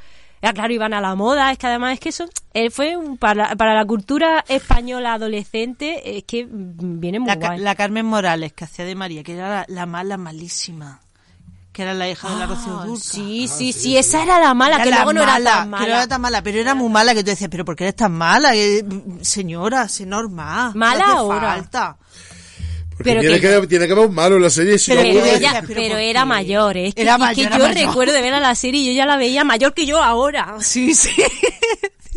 Ah, claro, iban a la moda, es que además es que eso eh, fue un- para, para la cultura española adolescente, es que mm, viene muy La, Ca- guay. la Carmen Morales, que hacía de María, que era la, la mala malísima, que era la hija de la Rocío Ah, Dúrcal. sí, sí, sí, esa era la mala, que la luego no era mala, tan Que no era mala. tan mala, pero era muy mala, que tú decías, pero ¿por qué eres tan mala? Eh, señora, sé normal. no Mala hace ahora. falta. pero Pero tiene, que- que, tiene que haber un malo en la serie. Si Pero no, Pero, bueno, ella- ella- pero pero ¿por era qué? mayor, ¿eh? es que, Era es que mayor, era yo mayor. recuerdo ver a la serie y yo ya la veía mayor que yo ahora. Sí, sí.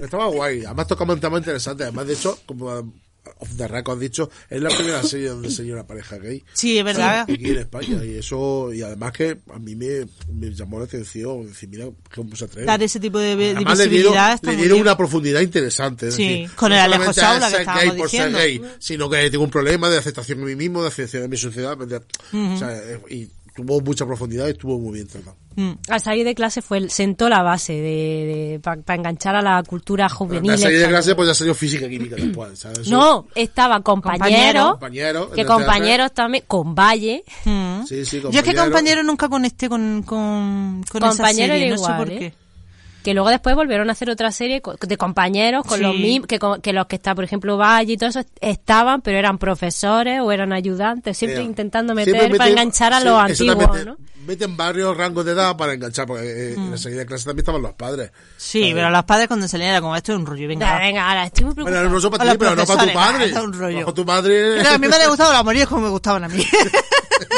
Estaba guay. Además tocaba un tema interesante. Además, de hecho, como um, off the record has dicho, es la primera serie donde se dio una pareja gay. Sí, es verdad. Aquí en España. Y eso, y además que a mí me, me llamó la atención. Decir, mira, cómo se atreve. Dar ese tipo de, de Además, le dieron, visibilidad está le muy dieron bien. una profundidad interesante. Es Sí, decir, con el Alejo solamente Saula es que ser estábamos gay por ser diciendo. gay, sino que tengo un problema de aceptación de mí mismo, de aceptación de mi sociedad. de- o sea, eh, y tuvo mucha profundidad y estuvo muy bien tratado. Al salir de clase fue el- sentó la base de, para enganchar a la cultura juvenil. La serie de española. clase, pues ya salió física y química después. ¿sabes? Eso- No, estaba compañero, Compañero, que entonces, ¿eh? compañeros también, con Valle, Mm. Sí, sí, Yo es que compañero. compañero nunca conecté con, con, con esa Compañero serie, era no sé igual, por ¿eh? qué. que luego después volvieron a hacer otra serie co- de compañeros con Sí. los mismos, que, co- que los que está, por ejemplo, Valle y todo eso estaban, pero eran profesores o eran ayudantes, siempre Eh, intentando meter siempre para meten- enganchar a sí, los antiguos, exactamente. ¿no? Meten varios rangos de edad para enganchar, porque eh, Mm. en la salida de clase también estaban los padres. Sí, pero los padres cuando salían era como esto es un rollo, venga. Ah, va". Venga, ahora estoy muy Bueno, preocupada. no son O para los ti, pero no para tu profesores, ah, padre. esto es un rollo. No para tu padre. Pero a mí me han gustado los amoríos como me gustaban a mí.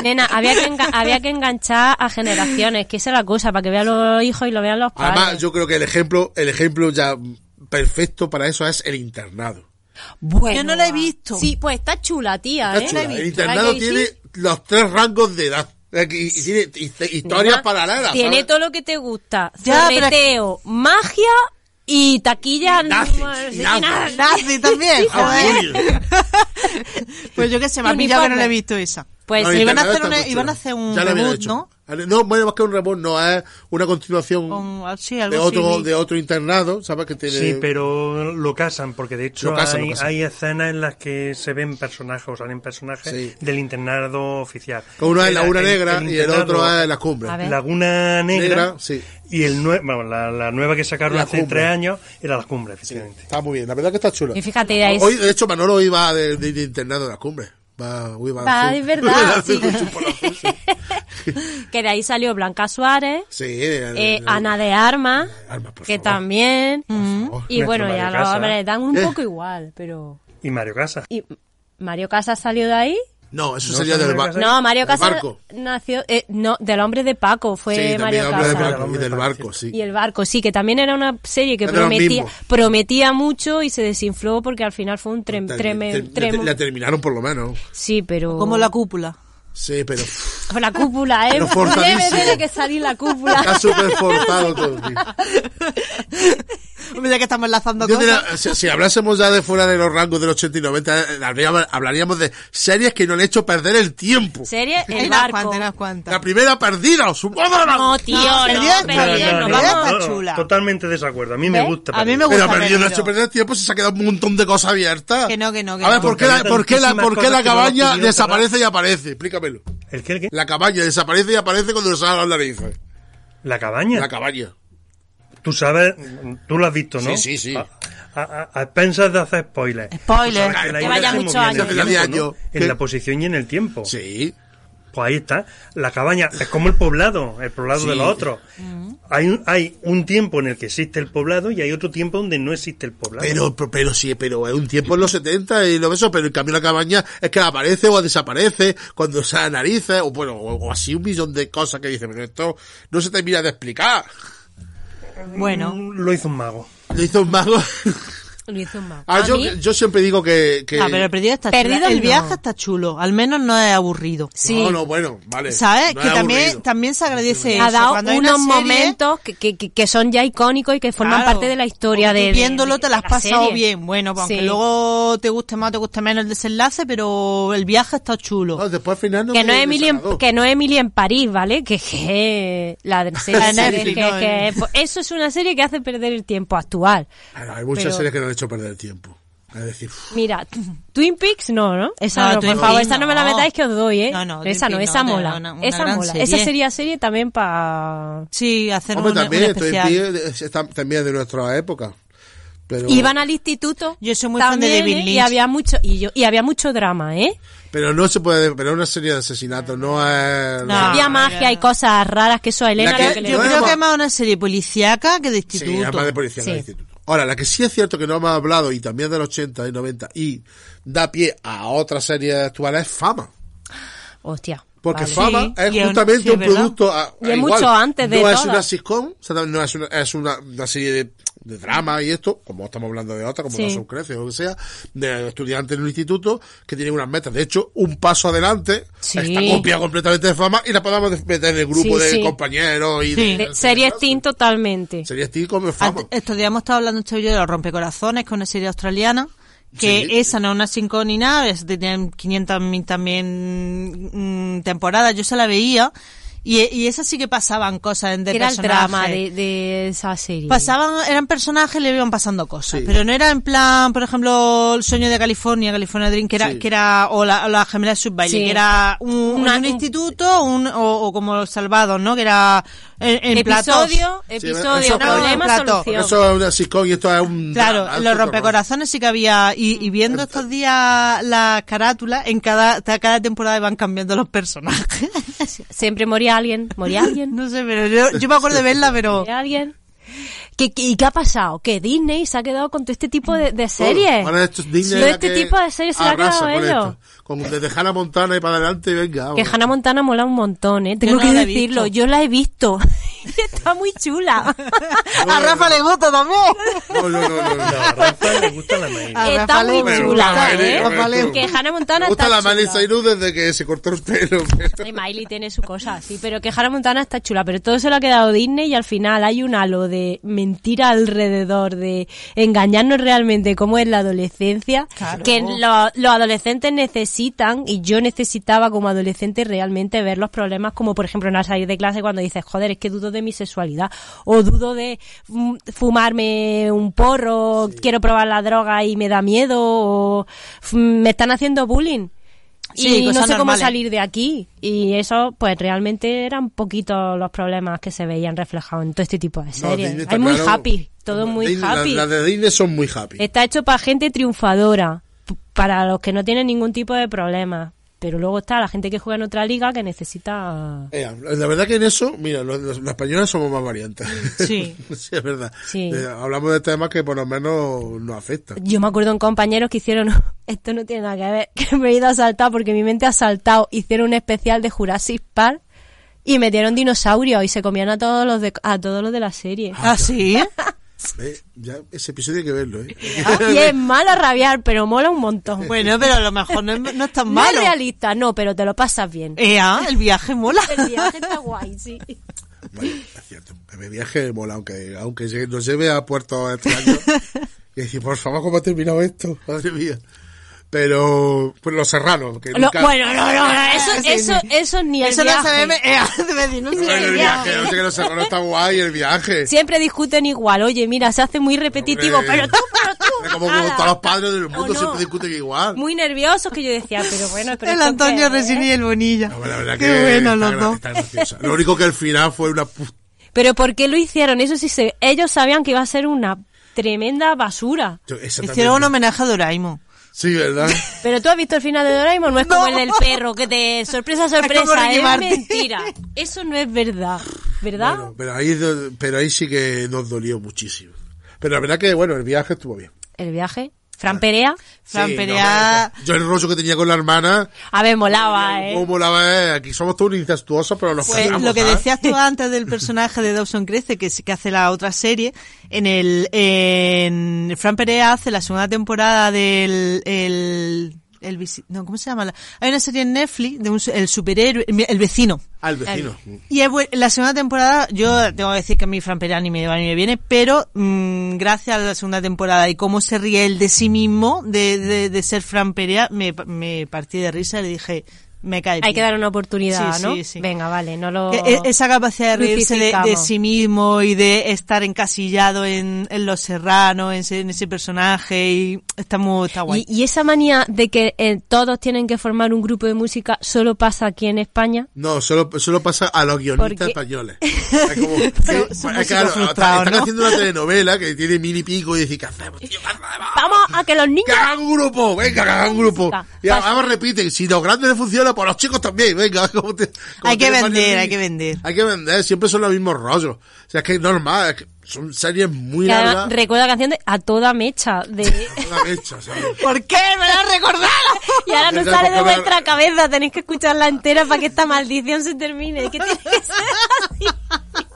Nena, había que, enga- había que enganchar a generaciones, que esa es la cosa, para que vean los hijos y lo vean los padres. Además, yo creo que el ejemplo, el ejemplo ya perfecto para eso es el internado. Bueno, Yo no la he visto. Sí, pues está chula, tía. Está ¿eh? chulo. La he El visto. internado ¿A que sí? tiene los tres rangos de edad. Y, y tiene hist- historias Nena, paralelas. Tiene ¿sabes? todo lo que te gusta. Ya, pero- Zorreteo, magia y taquilla. Y nazis, no- y sí, nazis. na- Nazi también, Ah, joder. Julio. Pues yo qué sé, me ha pillado que no le he visto esa. Pues No, sí. el iban a internado hacer está una- muy chulo. iban a hacer un Ya lo habían reboot, hecho. ¿no? No, bueno, más que un reboot, no, es una continuación Con- ah, sí, de, algo así, otro, vi. de otro internado, ¿sabes? Que tiene... Sí, pero lo casan, porque de hecho Lo casan, lo hay, casan. hay escenas en las que se ven personajes o salen personajes Sí. del internado oficial. Que uno es la El- una el- negra y el internado- otro es las cumbres. A ver. Laguna Negra, Negra, sí. y el nue bueno, la, la nueva que sacaron La hace Cumbre. tres años era las cumbres, efectivamente. Está muy bien, la verdad que está chulo. Y fíjate, de ahí. Hoy, de hecho, Manolo iba de, de- de internado de las cumbres. Va, uy, va, Va, sí. es verdad, sí. Con chupo la fusa. que de ahí salió Blanca Suárez, Sí, el- eh, el- Ana de Armas, Armas, por que favor. también. Mm. favor. Y bueno, Nuestro ya Mario los Casas. hombres dan un Eh. poco igual, pero. Y Mario Casas. ¿Y Mario Casas salió de ahí? No, eso No, sería son del negras, barco. ¿eh? No, Del Mario Casas barco. nació. eh, no, del hombre de Paco fue Sí, Mario también habla Casas. del Casas. barco, y del barco, sí. Y el barco, sí, que también era una serie que Era lo prometía, mismo. prometía mucho y se desinfló porque al final fue un trem, Ter- treme- ter- tremo. La terminaron por lo menos. Sí, pero. Como la cúpula. Sí, pero La cúpula, ¿eh? Pero Debe, forzadísimo. debe que salir la está cúpula. súper forzado todo. tío. Mira que estamos enlazando Yo cosas. diría, si, si hablásemos ya de fuera de los rangos del 80 y 90, eh, habríamos- hablaríamos de series que no han hecho perder el tiempo. Serie, Hay el unas barco. cuantas, unas cuantas. La primera perdida, su ¡Vámonos! No, tío, no, Perdidas, pero perdidas, no, no, vamos. perdidas, está chula. Totalmente desacuerdo. A mí me ¿Ves? gusta. A mí me Perdidas. Pero perdido, gusta no ha perdido. hecho perder el tiempo, se ha quedado un montón de cosas abiertas. Que no, que no, que A ver, no. ¿por qué la, Porque por qué la, tantísimas por qué la cosas que no cabaña pudieron desaparece cerrar. y aparece? Explícamelo. ¿El qué? el qué? La, La cabaña desaparece y aparece cuando nos salen las narices. cabaña. La cabaña. Tú sabes, tú lo has visto, ¿no? Mm, Sí, sí, sí. A, a, a- a expensas de hacer spoilers. Spoiler. Que la Que idea vaya se muchos movía años. En, el tiempo, Yo- ¿no? En que- la posición y en el tiempo. Sí. Pues ahí está. La cabaña es como el poblado, el poblado Sí. de los otros. Hay, un- hay un tiempo en el que existe el poblado y hay otro tiempo donde no existe el poblado. Pero, pero, pero sí, pero es un tiempo en los 70 y lo eso, pero en cambio la cabaña es que aparece o desaparece cuando sale narices, o bueno, o, o así un millón de cosas que dice, pero esto no se termina de explicar. Bueno, Mm, Lo hizo un mago. Lo hizo un mago. Lo hizo un mago. Ah, A yo, mí- yo siempre digo que... que- Ah, pero el perdido está Perdido chulo. El no. viaje está chulo. Al menos no es aburrido. sí. No, no, bueno, vale. ¿Sabes? No que es también, aburrido. también se agradece ha eso. dado Cuando hay una unos serie, momentos que, que, que- que son ya icónicos y que forman claro, parte de la historia de, tú de- Viéndolo te de las has la pasado serie. bien. Bueno, pues, aunque Sí. luego te guste más o te guste menos el desenlace, pero el viaje está chulo. No, después al final no me que no es Emily en, desagradó. que no es Emily en París, ¿vale? Que je, la de- serie La de que- Netflix, que- no, que- eh. pues eso es una serie que hace perder el tiempo actual. Claro, hay muchas Pero- series que no han hecho perder el tiempo. Es decir, uff, Mira, Twin Peaks no, ¿no? Esa no, No, por Twin favor, Peaks esa no me la no. metáis que os doy, ¿eh? No, no, esa Twin no, Peaks esa no, mola. una- una esa gran mola. serie. Esa sería serie también para Sí, hacer hombre, un, un también, estoy especial. también es de nuestra época. Pero, Iban al instituto. Yo soy muy fan de también, David ¿eh? Y Lynch. había mucho y yo y había mucho drama, ¿eh? pero no se puede, pero es una serie de asesinatos, no es... No. Ah, había magia y cosas raras que eso a Elena La que- lo que le Yo No, creo no, que no. es más una serie policíaca que de instituto. pues- Sí, además de policía Sí. del instituto. Ahora, la que sí es cierto que no hemos hablado, y también del 80 y 90, y da pie a otra serie actual, es Fama. Hostia. Porque vale. Fama Sí, es y es un- justamente sí, es un verdad. producto... a- Y es igual, mucho antes de No es todas. una sitcom, o sea, no es una, es una, una serie de, de drama y esto, como estamos hablando de otra, como Sí. la Subcrece o lo que sea, de estudiantes en un instituto que tienen unas metas. De hecho, un paso adelante, Sí. está copia completamente de Fama y la podemos meter en el grupo Sí, de sí. compañeros y Sí. de... De- serie Steam totalmente. Sería así como Fama. Antes- Estos días hemos estado hablando este vídeo de los rompecorazones, que es una serie australiana. Que Sí. esa no es una sincón ni nada, esa tiene 500 mil también mm, temporadas. Yo se la veía y, y esa sí que pasaban cosas en de Que era el personajes. drama de, de esa serie. Pasaban, eran personajes, le iban pasando cosas. Mm. Sí. Pero no era en plan, por ejemplo, el sueño de California, California Dream, que era, Sí. que era o la, o la gemela de Sub Sí. que era un, Una- un un- instituto un- o, o como los salvados, ¿no? Que era en, en platos. episodio, episodio, eso- problema, no, plato. solución. Eso es una sitcom y esto es un. Claro, drama, los esto es rompecorazones sí que había. Y, Mm. y viendo estos días las carátulas, en cada, ta- cada temporada van cambiando los personajes. Siempre moría alguien, moría alguien, no sé, pero yo, yo me acuerdo de verla, pero. moría alguien. ¿Qué, qué, y qué ha pasado? ¿Que Disney se ha quedado con todo este tipo de, de horror. series? Ahora esto es Disney Todo la este que tipo de series se la ha arrasa quedado con ellos. esto. Con, desde Hannah Montana y para adelante, venga. Que vamos. Hannah Montana mola un montón, ¿eh? Tengo no que la he decirlo, visto. yo la he visto. Y Está muy chula. A Rafa le gusta también. No, no, no, no. no. A Rafa le gusta la maíz. A Está Rafa muy le chula, gusta, ¿eh? Rafa le Que gusta. Hannah Montana Me gusta está la Miley chula. Cyrus desde que se cortó el pelo. Y Miley tiene su cosa, sí, pero que Hannah Montana está chula, pero todo se lo ha quedado Disney y al final hay un halo de mentira alrededor, de engañarnos realmente cómo es la adolescencia, que lo- los adolescentes necesitan, y yo necesitaba como adolescente realmente ver los problemas, como por ejemplo en al salir de clase cuando dices, joder, es que dudo de mi sexualidad, o dudo de mm, fumarme un porro, quiero probar la droga y me da miedo, o "F- me están haciendo bullying Sí, y no sé cosas cómo normales. salir de aquí. Y eso, pues realmente eran poquitos los problemas que se veían reflejados en todo este tipo de No, series. Disney está Hay muy claro. happy, todo muy Disney- la- happy. Eh, Las de Disney son muy happy. Está hecho para gente triunfadora, p- para los que no tienen ningún tipo de problema. Pero luego está la gente que juega en otra liga que necesita... Eh, la verdad que en eso, mira, los, los- los españoles somos más variantes. Sí. sí, es verdad. Sí. Eh, hablamos de temas que por lo menos nos afectan. Yo me acuerdo en compañeros que hicieron... Esto no tiene nada que ver, que me he ido a saltar porque mi mente ha saltado. Hicieron un especial de Jurassic Park y metieron dinosaurios y se comían a todos los de, a todos los de la serie. ¿Ah, sí? Eh, ya ese episodio hay que verlo, ¿eh? Y es Ah, malo rabiar, pero mola un montón. Bueno, pero a lo mejor no, es- no es tan No es malo. Eh. realista, no, pero te lo pasas bien. Ea, el viaje mola. El viaje está guay, sí. Bueno, es cierto. Me viaje mola, aunque, aunque llegue- nos lleve a puertos extraños. este y decir, por favor, ¿cómo ha terminado esto? Madre mía. Pero, pues los serranos. Que Lo- nunca- bueno, no, no, no, eso, Ah, Sí, eso, eso ni el Eso no se viaje. ve. Ea, debe decir, no se Bueno, ve. el viaje, oye, que los serranos está guay, el viaje. Siempre discuten igual. Oye, mira, se hace muy repetitivo, Hombre. pero tú, pero Es tú. como nada. como todos los padres del mundo Oh, O no. siempre discuten igual. Muy nerviosos que yo decía, pero bueno, pero El esto Antonio qué ¿eh? es, Resini y el Bonilla. No, la verdad Qué que bueno está los gra- dos. está graciosa. Lo único que el final fue una pu- Pero ¿por qué lo hicieron? Eso sí, se, ellos sabían que iba a ser una tremenda basura. Yo- esa Hicieron un también- homenaje a Doraemon. Sí, ¿verdad? Pero tú has visto el final de Doraemon, no es como el del perro, que te sorpresa, Es como sorpresa, Ricky es, Martin. mentira. Eso no es verdad, ¿verdad? Bueno, pero, ahí, do- pero ahí sí que nos dolió muchísimo. Pero la verdad que, bueno, el viaje estuvo bien. el viaje. Fran Perea. Fran Sí, Perea. no, yo el rollo que tenía con la hermana, A ver, molaba, cómo ¿eh? molaba, eh, aquí somos todos incestuosos, pero nos Pues casamos, lo que ¿sabes? decías tú antes del personaje de Dawson Crece, que, es- que hace la otra serie, en el en Fran Perea hace la segunda temporada del el, el visi- no, ¿cómo se llama? La- Hay una serie en Netflix de un su- el superhéroe, el vecino. Al vecino. Mm. Y es bu- la segunda temporada, yo tengo que decir que a mí Fran Perea ni me va ni me viene, pero mm, gracias a la segunda temporada y cómo se ríe él de sí mismo, de, de, de ser Fran Perea, me, me partí de risa y le dije, me cae Hay bien. que dar una oportunidad, Sí, ¿no? sí, sí. Venga, vale, no lo... Que e- Esa capacidad de reírse de, de Crucificamos. sí mismo y de estar encasillado en, en Los Serranos, en ese, en ese personaje, y está muy está guay. Y, y esa manía de que eh, todos tienen que formar un grupo de música solo pasa aquí en España. No, solo, solo pasa a los guionistas Porque- españoles. Es como, sí, son es que, músicos claro, está- frustrados, están ¿no? haciendo una telenovela que tiene mil y pico y decir, ¿qué hacemos, tío? ¿Qué hacemos? Vamos a que los ¡Que niños... hagan un grupo! ¡Venga, que hagan un grupo! Música. Y además repiten, si los grandes les funciona, pues los chicos también, venga. como te- como Hay que tiene Mario vender, Luis. hay que vender. Hay que vender, siempre son los mismos rollos. O sea, es que es normal, es que son series muy que ahora largas. recuerda la canción de A Toda Mecha. De... Una mecha, o sea, ¿Por qué me lo has recordado? y ahora no Porque sale de tampoco me- vuestra cabeza, tenéis que escucharla entera para que esta maldición se termine. Que tiene que ser así.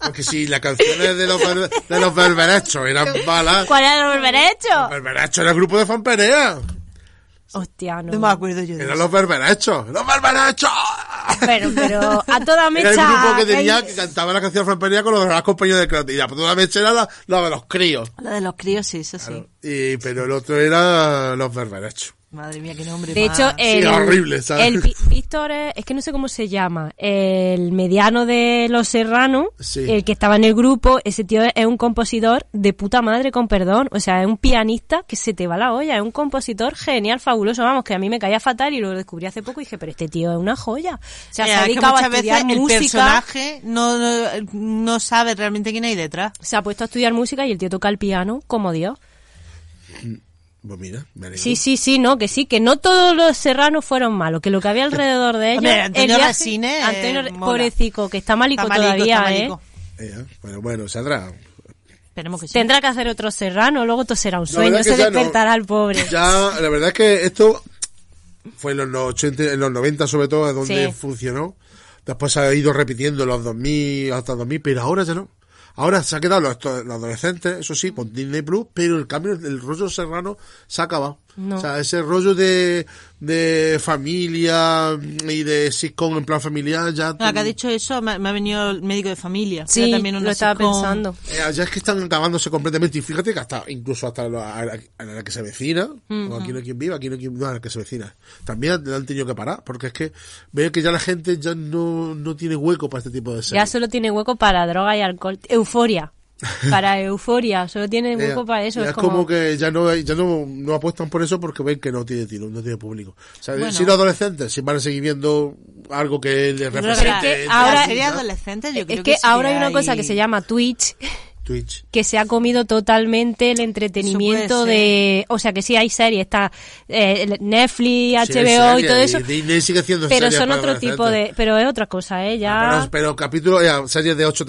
Porque si las canciones de los, ber- de los berberechos eran malas, ¿Cuál era lo volver los hecho? berberechos era el grupo de Fanperea. Hostia, no. No me acuerdo yo de Eran eso. los berberechos. ¡Los berberechos! Pero, pero, a toda mecha. Era el grupo que que- tenía que cantaba la canción de Fanperea con los demás compañeros de Clotilde. Y la puta mecha era la, la de los críos. La de los críos, sí, eso sí. Y, pero el otro era los berberechos. Madre mía, qué nombre. De más. hecho, el, horrible, ¿sabes? el Vi- Víctor es, es que no sé cómo se llama, el mediano de Los Serranos, Sí. el que estaba en el grupo, ese tío es un compositor de puta madre, con perdón, o sea, es un pianista que se te va la olla, es un compositor genial, fabuloso, vamos, que a mí me caía fatal y lo descubrí hace poco y dije, pero este tío es una joya. O sea, Eh, se ha que dedicado a muchas veces estudiar música. el personaje no, no, no sabe realmente quién hay detrás. Se ha puesto a estudiar música y el tío toca el piano como Dios. Pues mira, me alegro. Sí, sí, sí, no, que sí, que no todos los serranos fueron malos, que lo que había alrededor de ellos. Hombre, Antonio el viaje- Resines, eh, Antonio, Re- mola. pobrecico, que está malico Está malico, todavía, está malico. ¿eh? Eh, bueno, bueno, saldrá. Esperemos que sí. Tendrá que hacer otro serrano, luego todo será un La verdad sueño, es se que ya no- despertará el pobre. Ya, la verdad es que esto fue en los, no- 80, en los 90 sobre todo, es donde Sí. funcionó. Después se ha ido repitiendo los 2000 hasta 2000, pero ahora ya no. Ahora se ha quedado los, los adolescentes, eso sí, con Disney Plus, pero el cambio, el rollo serrano se ha acabado. O sea, ese rollo de, de familia y de sitcom en plan familiar ya... Ahora que ha dicho eso, me, me ha venido el médico de familia. Sí, Era también una lo estaba sitcom. pensando. Eh, ya es que están acabándose completamente. Y fíjate que hasta, incluso hasta la, a la- a la que se vecina, o aquí no hay quien viva, aquí no hay quien no, a la que se vecina, también la han tenido que parar, porque es que veo que ya la gente ya no, no tiene hueco para este tipo de Ya series. solo tiene hueco para droga y alcohol. Euforia. Para euforia, solo tiene Eh, hueco para eso. ya Es, es como... que ya no hay- ya no, no apuestan por eso porque ven que no tiene tiro, no tiene público. O sea, Bueno. si los adolescentes si van a seguir viendo algo que les Yo creo represente que Pero es que en la- ahora- la la serie vida, adolescente, yo es creo que sí ahora hay una hay- cosa que se llama Twitch, Twitch. que se ha comido totalmente el entretenimiento Eso puede de... O sea, que sí hay series, está eh, el- Netflix, Sí, HBO y todo series, eso, Disney sigue haciendo pero series son para otro tipo adolescentes. de... Pero es otra cosa, ¿eh? Ya... Pero, pero capítulos, eh, series de ocho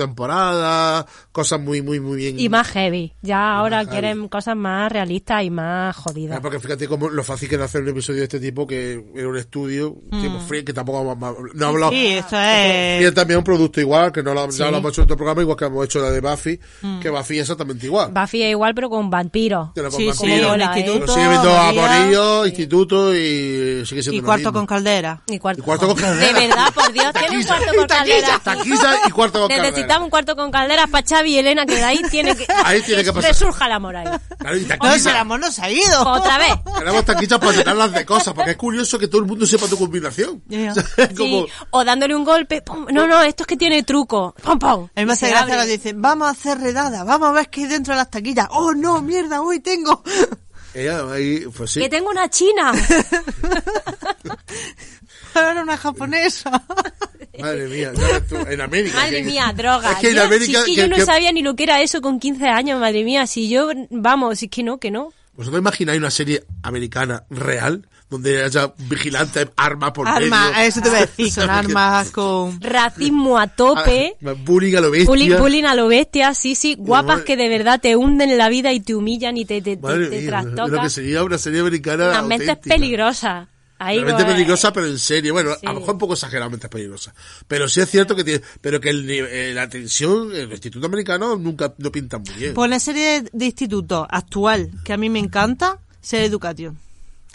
temporadas, cosas muy, muy, muy bien. Y más heavy. Ya ahora heavy. quieren cosas más realistas y más Ah, jodidas. porque fíjate cómo lo fácil que era hacer un episodio de este tipo, que era un estudio, Mm. tipo Freak, que tampoco vamos a- no hablamos. Sí, esto eh. es... Y también un producto igual, que no lo, ya lo hemos hecho en otro programa, igual que hemos hecho la de Buffy, Mm. que Buffy es exactamente igual. Buffy es igual, pero con vampiros. Pero con Sí, vampiros. sí, un Hola, instituto, Lo sigue viendo a María, Morillo, instituto y sigue siendo y lo cuarto mismo. con caldera. Y cuarto, Y cuarto con De caldera. verdad, por Dios, tiene un cuarto con caldera. Taquilla y cuarto con caldera. Necesitamos un cuarto con caldera para Xavi y Elena, que de ahí tiene que... Ahí tiene que pasar. Resurja la moral. Claro, y No, taquilla. si el amor no se ha ido. Otra vez. Queremos taquillas para sacarlas de cosas, porque es curioso que todo el mundo sepa tu combinación. Ya. O sea, es Sí, como- O dándole un golpe. pum. No, no, esto es que tiene truco. Pum, pum. A mí me hace Y se gracia abre. cuando dicen, vamos a hacer redada, vamos a ver qué hay dentro de las taquillas. ¡Oh, no, mierda, hoy tengo! Ella ahí, pues sí. Que tengo una china. Ahora una japonesa. Madre mía, ya ves tú, en América. Madre que- mía, droga. Es que en Dios, América. si es que que- yo no que- sabía ni lo que era eso con 15 años, madre mía. Si yo, vamos, si es que no, que no. ¿Vosotros imagináis una serie americana real? Donde haya vigilantes, armas por Armas, medio. a eso te voy a decir, son armas con... Racismo a Ah, tope. Bullying a lo bestia. Bullying, bullying a lo bestia, sí, sí. Guapas madre- que de verdad te hunden la vida y te humillan y te, te, te- eh. Madre te mía, lo que trastocan. sería una serie americana. Las mentes auténtica. peligrosas. Ahí Realmente pues, peligrosa, pero en serio. Bueno, Sí. a lo mejor un poco exageradamente peligrosa. Pero sí es cierto que tiene, pero que el nive- eh, la tensión en el Instituto Americano nunca no pintan muy bien. Pues la serie de, de instituto actual que a mí me encanta, Ser Education.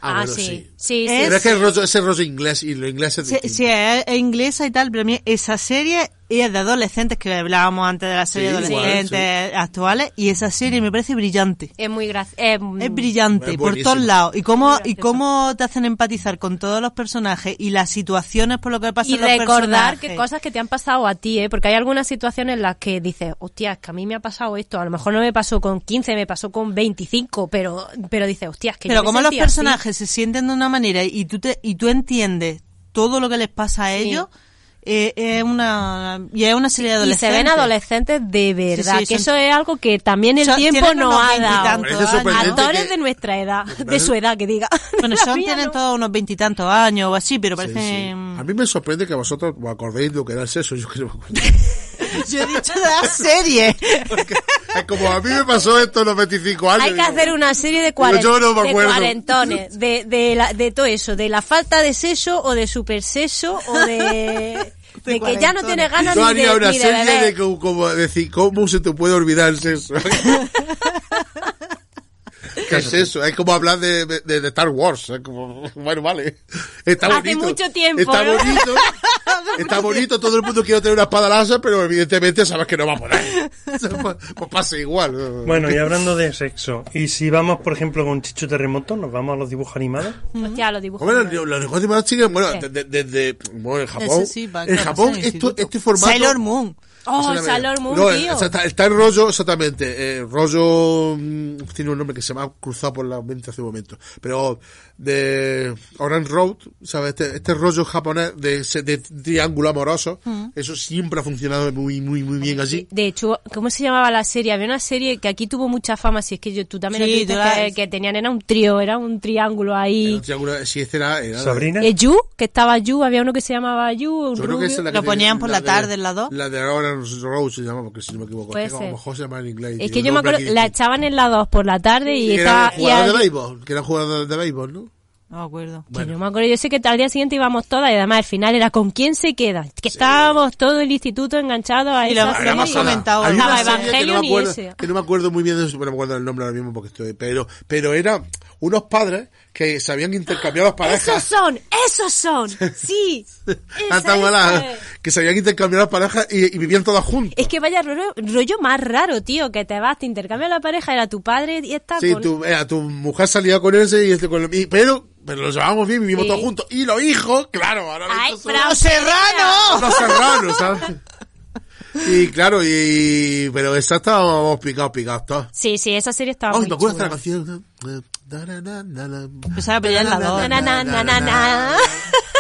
Ah, bueno, sí. sí. Eh. Sí, sí. Pero es que el rollo- ese rollo inglés y lo inglés es Sí, distinto. sí, es, es inglesa y tal, pero a mí esa serie es de adolescentes, que hablábamos antes de la serie Sí, de igual, adolescentes actuales, y esa serie me parece brillante. Es muy eh, mm, gracioso. Mm. Es brillante Es por buenísimo. todos lados. Y cómo, y gracioso. cómo te hacen empatizar con todos los personajes y las situaciones por lo que pasan y los recordar personajes. que cosas que te han pasado a ti, ¿eh? porque hay algunas situaciones en las que dices, hostia, es que a mí me ha pasado esto, a lo mejor no me pasó con 15, me pasó con 25, pero, pero dices, hostia, es que yo Pero me como los sentía así". personajes se sienten de una manera y tú te y tú entiendes todo lo que les pasa a ellos, eh, es una y es una serie de Y se adolescentes. ven adolescentes de verdad, Sí, sí, que eso son- es algo que también el Son- tiempo tienen no unos ha 20 y dado. tantos Parece años. sorprendente. Actores que- de nuestra edad, de parece- su edad, que diga. Bueno, La son mía tienen no. todos unos veintitantos años o así, pero Sí, em. parecen... sí. A mí me sorprende que vosotros os acordéis lo que era el sexo. Yo que no me acuerdo. Yo he dicho de la serie. Porque es como a mí me pasó esto a los 25 años. Hay que digo, hacer una serie de, Digo, cuaren- yo no me de acuerdo. cuarentones, de, de, la- de todo eso, de la falta de seso o de superseso o de, de que ya no cuarentones. tienes ganas Yo ni haría de, una ni de serie de, beber. como, como decir, ¿cómo se te puede olvidar el sexo? ¿Qué es eso? Es como hablar de, de- de Star Wars. es como, bueno, vale. Está Hace bonito. mucho tiempo, Está ¿no? bonito. Está bonito, todo el mundo quiere tener una espada láser, pero evidentemente sabes que no va a poner. pues, pues pasa igual. Bueno, y hablando de sexo, y si vamos, por ejemplo, con Chicho Terremoto, nos vamos a los dibujos animados. Hostia, los dibujos. Bueno, animados. los negocios más chicos, bueno, Sí. desde desde- bueno, en Japón, Ese sí, va, en claro, Japón sí, en esto, instituto. este formato... Sailor Moon. Oh, Exactamente. Sailor Moon, No, tío. o sea, está, está el rollo, exactamente. eh, rollo. mm, Tiene un nombre que se me ha cruzado por la mente hace un momento. Pero. De. Orange Road, ¿sabes? Este, este rollo japonés de, ese- de triángulo amoroso. Mm. Eso siempre ha funcionado muy, muy, muy bien allí. De hecho, ¿cómo se llamaba la serie? Había una serie que aquí tuvo mucha fama, si es que yo, tú también Sí, has visto tú la- que, que tenían, era un trío, era un triángulo ahí. El triángulo, si este era. era- Sabrina. Eh, Yu, que estaba Yu, había uno que se llamaba Yu, un Yo creo que rubio. esa es la que Lo tiene- ponían por la de- tarde, en la dos. La de Orange Road se llama, porque si no me equivoco. Puede Es que a lo ser. mejor se llama en inglés. Es tiene que un yo me nombre acuerdo, aquí la distinto. echaban en la 2 por la tarde y Era estaba... y jugador de al- béisbol, que era jugador de béisbol, ¿no? No me acuerdo. que no me acuerdo, yo sé que al día siguiente íbamos todas y además al final era ¿con quién se queda? Que estábamos todo el instituto enganchados a Y esa lo- serie. lo hemos comentado. Hay una serie que Estaba no, Evangelion me y acuerdo, ese. que no me acuerdo muy bien de eso, pero no me acuerdo el nombre ahora mismo porque estoy. Pero, pero eran unos padres que se habían intercambiado las ¡Esos parejas. son! ¡Esos son! ¡Sí! Esa, Hasta mala, esa es. que se habían intercambiado las parejas y, y vivían todas juntas. Es que vaya rollo, rollo más raro, tío, que te vas, te intercambias la pareja, era tu padre y está Sí, con... tu, eh, tu mujer salía con ese y este con el, y- pero, pero los llevábamos bien, vivíamos Sí. todos juntos. Y los hijos, claro, ahora ¡Ay, estos son- Fran Serrano! Los serranos, ¿sabes? Y claro, y pero esa estábamos picados, picados todos. Sí, sí, esa serie estaba Ay, muy me acuerdo hasta chula. la canción. eh, na, na, na, na, na. Empezaba a pelear la dos. Na, na, na, na, na.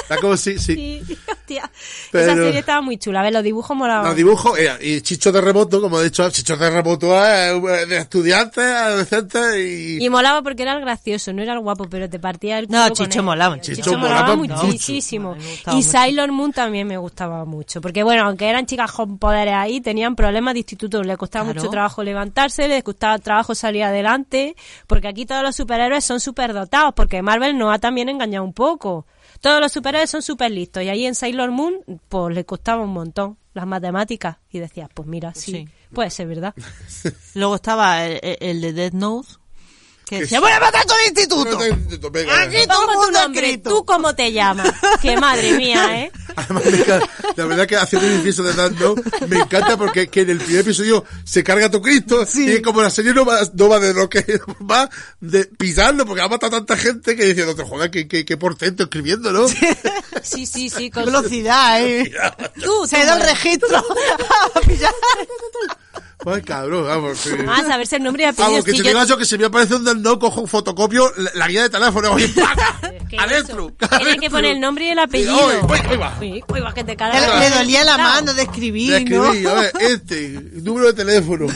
Está como si, sí. Sí, hostia. Pero- Esa serie estaba muy chula. A ver, los dibujos molaban. Los dibujos, eh, y Chicho de Remoto, como he dicho, Chicho de Remoto es eh, de estudiantes, adolescentes y... Y molaba porque era el gracioso, no era el guapo, pero te partía el culo No, con Chicho él. molaba, Chicho, Chicho molaba molaba muchísimo. mucho. Me gustaba Y mucho. Sailor Moon también me gustaba mucho. Porque bueno, aunque eran chicas con poderes ahí, tenían problemas de instituto. Les costaba Claro. mucho trabajo levantarse, les costaba trabajo salir adelante. Porque aquí todos los superhéroes son superdotados. Porque Marvel nos ha también engañado un poco. Todos los superhéroes son super listos. Y ahí en Sailor Moon, pues les costaba un montón las matemáticas. Y decías, pues mira, sí, Sí. puede ser verdad. Luego estaba el, el- el de Dead Note, que decía, voy a matar todo el instituto. Venga, Aquí venga. todo el Pongo tu mundo nombre, escrito. tú cómo te llamas. Que madre mía, ¿eh? Además, me encanta- la verdad que haciendo un inciso de dando me encanta porque que en el primer episodio se carga a tu Cristo y es como la serie no va, no va de lo que va de pisando porque ha matado a tanta gente que diciendo, te joder, qué, qué, qué portento escribiéndolo. Sí, sí, sí. Qué Con... velocidad, eh. Tú, Se da el registro. Ay, Pues cabrón, vamos. sí. Más a verse el Ah, nombre y apellido. Vamos, que sí, si yo- digas yo que se me aparece un dando, cojo fotocopio la, la guía de teléfono y ¡paca! ¿Qué es Adentro. eso? Tienes que adentro. poner el nombre y el apellido. Uy, uy, uy, va. Uy, uy, va, que te cagas. Le, le dolía la mano de Le escribir, ¿no? escribí, a ver, este, número de teléfono.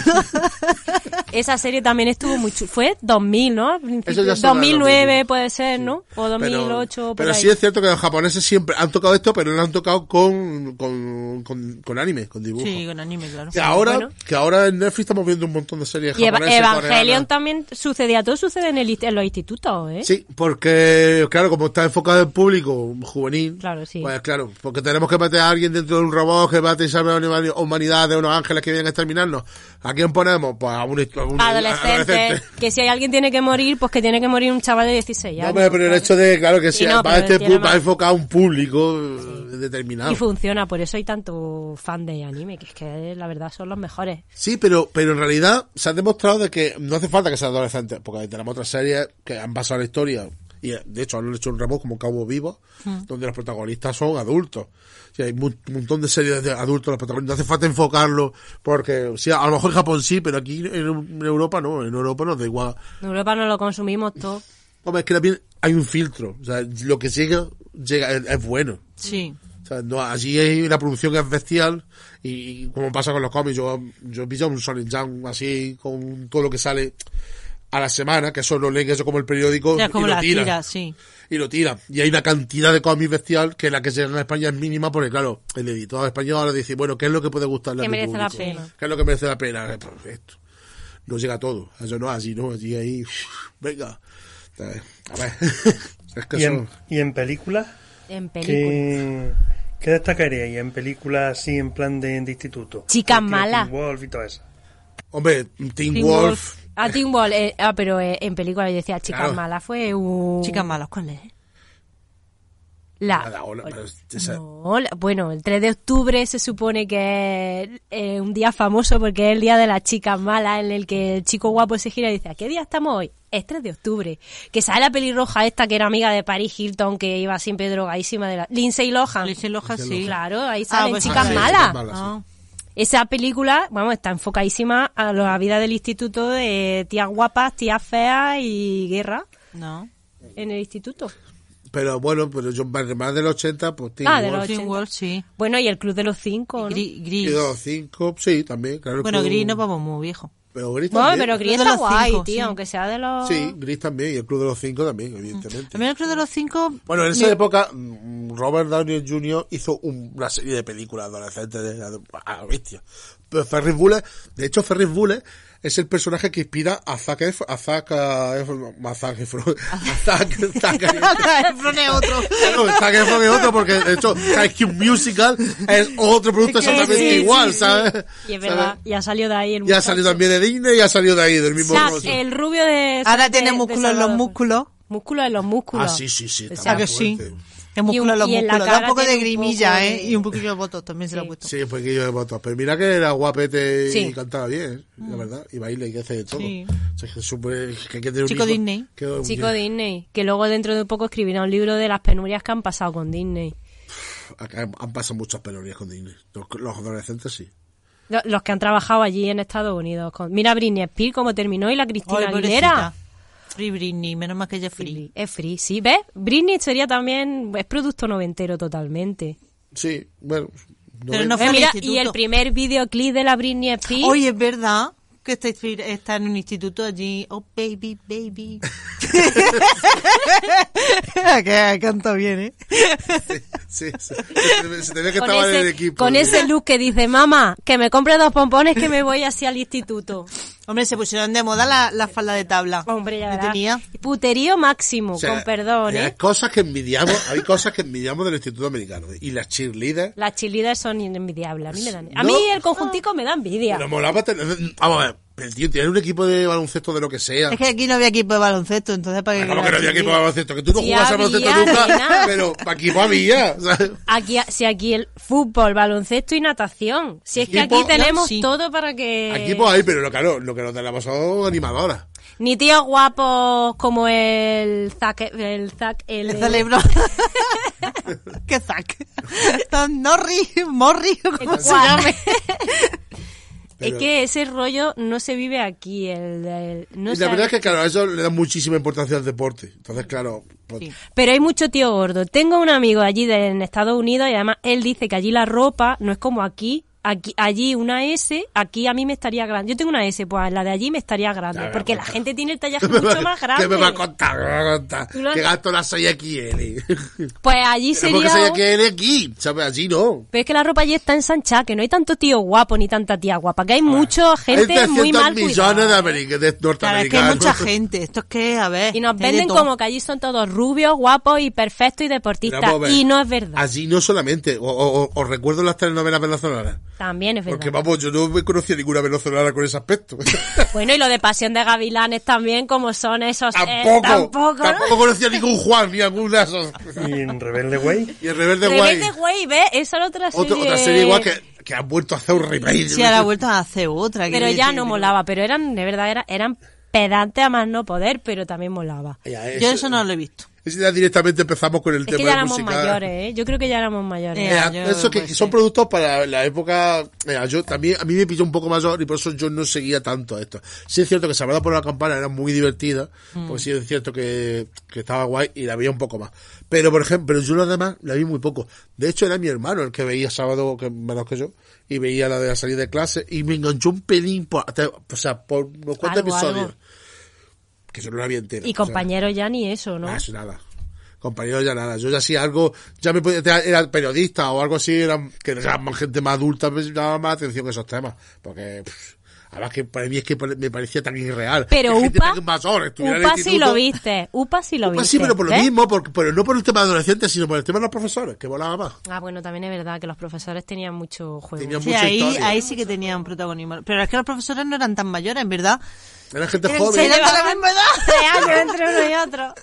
Esa serie también estuvo muy chula. Fue 2000, ¿no? Al principio. Eso ya son 2009 las puede ser, ¿no? O 2008, pero, por pero ahí. sí es cierto que los japoneses siempre han tocado esto, pero no lo han tocado con, con, con, con anime, con dibujo. Sí, con anime, claro. que, ahora, bueno. que ahora en Netflix estamos viendo un montón de series Y Eva- japonesas. Evangelion coreanas. también sucedía. Todo sucede en, el, inst- en los institutos, ¿eh? Sí, porque, claro, como está enfocado en público juvenil, Claro, sí. pues claro, porque tenemos que meter a alguien dentro de un robot que mate y salve a la humanidad de unos ángeles que vienen a exterminarnos. ¿A quién ponemos? Pues a un, a un- Adolescentes. Que si hay alguien tiene que morir, pues que tiene que morir un chaval de 16 No, años. hombre, pero el hecho de, claro, que Sí, sí, no, va, a pero este tiene pu- va más- enfocado a un público eh, determinado. Y funciona, por eso hay tanto fan de anime, que es que la verdad son los mejores. Sí, pero, pero en realidad se ha demostrado de que no hace falta que sean adolescentes, porque tenemos otras series que han pasado la historia, y eh, de hecho han hecho un reboot como Cabo Vivo, donde los protagonistas son adultos. O sea, hay mu- un montón de series de adultos, los protagonistas, no hace falta enfocarlo, porque sí, a lo mejor en Japón sí, pero aquí en, en Europa no, en Europa nos da igual. En Europa no lo consumimos todo. Hombre, es que también hay un filtro, o sea, lo que llega, llega es- es bueno. Sí. O sea, no, allí hay la producción es bestial y, y como pasa con los cómics, yo, yo he pillado un Sonic Jam así con todo lo que sale a la semana, que eso lo leen eso como el periódico O sea, como y lo la tiran. tira, sí. Y lo tiran. Y hay una cantidad de cómics bestial que la que llega a España es mínima porque claro, el editor español ahora dice, bueno, ¿qué es lo que puede gustarle a Que mi merece la público? pena. ¿Qué es lo que merece la pena? Eh, pues, esto. No llega a todo. Eso no, allí no, allí ahí. Venga. Eh, A ver. es que Y en, son- y en películas, En películas. ¿qué, qué destacaría? En películas así, en plan de, de instituto. Chica Estilo mala. Teen Wolf y todo eso. Hombre, Teen, Teen Wolf. Ah, Teen Wolf. eh, ah, pero eh, en película yo decía Chicas Claro. Malas. Fue un... Chicas malas, ¿cuál es? La, La ola, pero es- esa- No, la- bueno, el 3 de octubre se supone que es eh, un día famoso porque es el día de las chicas malas en el que el chico guapo se gira y dice, ¿a qué día estamos hoy? Es 3 de octubre. Que sale la pelirroja esta que era amiga de Paris Hilton que iba siempre drogadísima de la... Lindsay Lohan. Lindsay Lohan, Lindsay sí. Claro, ahí Ah, salen pues chicas sí, sí, malas. chicas malas, sí. Ah. Esa película, vamos, está enfocadísima a la vida del instituto de tías guapas, tías feas y guerra No. en el instituto. Pero bueno, pero yo más más del 80, pues Teen Ah, de Wolf. los- Dream World, sí. Bueno, y el Club de los Cinco, ¿no? Gris. Y gris. dos, cinco, sí, también, claro. Bueno, Club- Gris no vamos muy viejo. Pero Gris Bueno, también. pero Gris Club está de los guay, Cinco, tío, sí. aunque sea de los... Sí, Gris también, y el Club de los Cinco también, evidentemente. También el Club de los Cinco. Bueno, en esa época, mm, Robert Downey Jr. hizo un- una serie de películas adolescentes de la ah, bestia. Pero Ferris Bueller, de hecho, Ferris Bueller es el personaje que inspira a Zac Efron, a Zac, a Efron- a Zac Efron, a Zac, Zac Efron es otro. Claro, Zac Efron es otro porque, de hecho, High School Musical es otro producto Es que exactamente sí, sí, igual, sí. ¿sabes? Y es verdad, ¿Sabes? ya salió de ahí el Ya muchacho. ha salido también de Disney y ha salido de ahí, del mismo Zac, rollo. el rubio de... Ahora de- tiene de músculos en los Salvador. músculos. Músculos en los músculos. Ah, sí, sí, sí. O está sea, ¿A muy que sí? fuerte. Es músculo en los y en la músculos. Da un cara poco de tiene un grimilla, poco ¿eh? de- Y un poquillo de botox también se lo ha puesto. Sí, fue que yo de votos. Pero mira que era guapete Sí. y cantaba bien, la verdad. Y baila y que hace de todo. Mm. Sí. O sea, que es súper- que hay que tener un Chico hijo- Disney. que- un- Chico Disney, que luego dentro de poco escribirá un libro de las penurias que han pasado con Disney. Acá han, han pasado muchas pelonías con Disney. Los, los adolescentes sí. Lo- Los que han trabajado allí en Estados Unidos. con- Mira a Britney Spears cómo terminó y la Cristina Ay, pobrecita. Aguilera. Free Britney, menos mal que ella es free. Free, Es free, sí, ¿ves? Britney sería también, es producto noventero totalmente. Sí, bueno. Pero no Eh, fue mira, al instituto. y el primer videoclip de la Britney Spears. Oye, es verdad que está, inspir- está en un instituto allí. Oh, baby, baby. que canta bien, ¿eh? Sí, sí. Se, se te ve que con estaba ese, en el equipo. ¿eh? con sí. ese look que dice, mamá, que me compre dos pompones que me voy hacia el instituto. Hombre, se pusieron de moda la, la falda de tabla. Hombre, ya Que verás. tenía. Puterío máximo, O sea, con perdón, hay ¿eh? cosas que envidiamos, hay cosas que envidiamos del Instituto Americano. ¿eh? Y las cheerleaders. Las chilidas son envidiables. A mí, me dan, a No. mí el conjuntico me da envidia. Pero molaba tener- Vamos a ver, el tío tiene un equipo de baloncesto de lo que sea. Es que aquí no había equipo de baloncesto, entonces para que... Como que no había equipo de baloncesto, que tú no eh, Sí jugabas a había, baloncesto nunca, nena. pero equipo había, ¿sabes? Aquí, si aquí el fútbol, baloncesto y natación. Si es que aquí Equipo- tenemos Sí. todo para que... Aquí pues hay, pero lo, claro, lo que nos tenemos son animadoras. Ni tíos guapos como el Zac, el Zac, el, Le celebro. ¡Qué zac! Tan Norri, Morri, ¿cómo el se cual. llame? Es que ese rollo no se vive aquí. El, el- no y sé- la verdad es que, claro, a eso le da muchísima importancia al deporte. Entonces, claro, pues, Sí. Pero hay mucho tío gordo. Tengo un amigo allí de- en Estados Unidos y además él dice que allí la ropa no es como aquí. Aquí, allí una S, aquí a mí me estaría grande. Yo tengo una S, pues la de allí me estaría grande, Ya me porque la cuenta. gente tiene el tallaje mucho más grande. ¿Qué me va a contar? ¿Qué me va a contar? Tú lo- Que gasto la 6XL. Pues allí Pero porque sería... 6XL aquí, ¿sabes? Allí no. Pero es que la ropa allí está ensanchada, que no hay tanto tío guapo ni tanta tía guapa, que hay mucha gente hay 300 muy mal millones cuidada. de, america- de Claro, es que hay norteamericanos. mucha gente. Esto es que, a ver... Y nos hay de venden todo. como que allí son todos rubios, guapos y perfectos y Mira, deportistas. vamos a ver. Y no es verdad. Allí no solamente. O- o- o- Os recuerdo las telenovelas venezolanas. También es verdad. Porque vamos, yo no me conocía ninguna venezolana con ese aspecto. Bueno, y lo de Pasión de Gavilanes también, como son esos... eh, tampoco, tampoco, ¿no? conocía ningún Juan ni alguna de esas. Y en Rebelde Way, Y el rebelde guay. Rebelde Way, ¿ves? Esa es otra serie... Otra, otra serie igual que, que han vuelto a hacer un remake. Sí, ahora ha vuelto a hacer otra. que Pero yo ya te no digo. molaba, pero eran, de verdad, era- eran pedantes a más no poder, pero también molaba. Ya, Yo eso no lo he visto. eso ya directamente empezamos con el Es Este tema que de ya Eh, éramos musical. mayores, ¿eh? Yo creo que ya éramos mayores. Mira, Ya, yo- eso que, pues, que son sí. productos para la época. mira, yo también, a mí me pilló un poco mayor y por eso yo no seguía tanto esto. Sí es cierto que Salvado por la Campana era muy divertida, Mm. pues sí es cierto que, que estaba guay y la veía un poco más. Pero por ejemplo, yo la demás la vi muy poco. De hecho, era mi hermano el que veía Sábado, que menos que yo, y veía la de la salida de clase y me enganchó un pelín, por, hasta- o sea, por unos cuantos Algo, episodios. algo. Que yo no la vi entera. Y o sea, compañeros ya ni eso, ¿no? Ah, eso nada. Compañero, ya nada. Yo ya hacía algo, ya me podía- te- era periodista o algo así, era, que era más gente más adulta, pues, me llamaba más atención esos temas. Porque, pff, además que para mí es que pare- me parecía tan irreal. Pero Que gente UPA, tan invasora estuviera en el UPA sí instituto. lo viste, UPA sí lo Upa viste. ¿Eh? sí, pero por lo ¿ves? mismo, porque, pero no por el tema de adolescentes, sino por el tema de los profesores, que volaba más. Ah, bueno, también es verdad que los profesores tenían mucho juego. Tenían Sí, mucha ahí, historia. ahí sí que tenían protagonismo. Pero es que los profesores no eran tan mayores, en verdad. Era gente Se joven. llevaban la misma edad. Tres años entre uno y otro.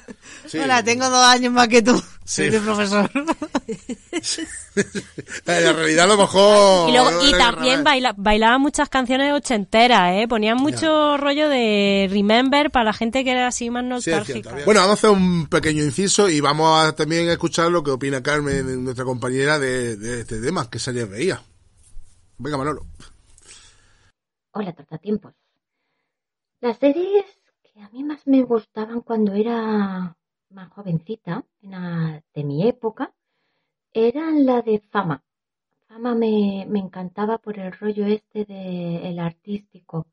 Sí. Hola, tengo dos años más que tú. Soy de profesor. En realidad, a lo mejor. Y, luego- y era también raro. baila, bailaba muchas canciones ochenteras, ¿eh? Ponían mucho rollo de Remember para la gente que era así más Sí, es cierto, nostálgica. había- Bueno, vamos a hacer un pequeño inciso y vamos a también a escuchar lo que opina Carmen, nuestra compañera, de, de este tema, que se le veía. Venga, Manolo. Hola, Tortatiempos. Las series que a mí más me gustaban cuando era más jovencita, en la- de mi época, eran la de Fama. Fama me, me encantaba por el rollo este de el artístico,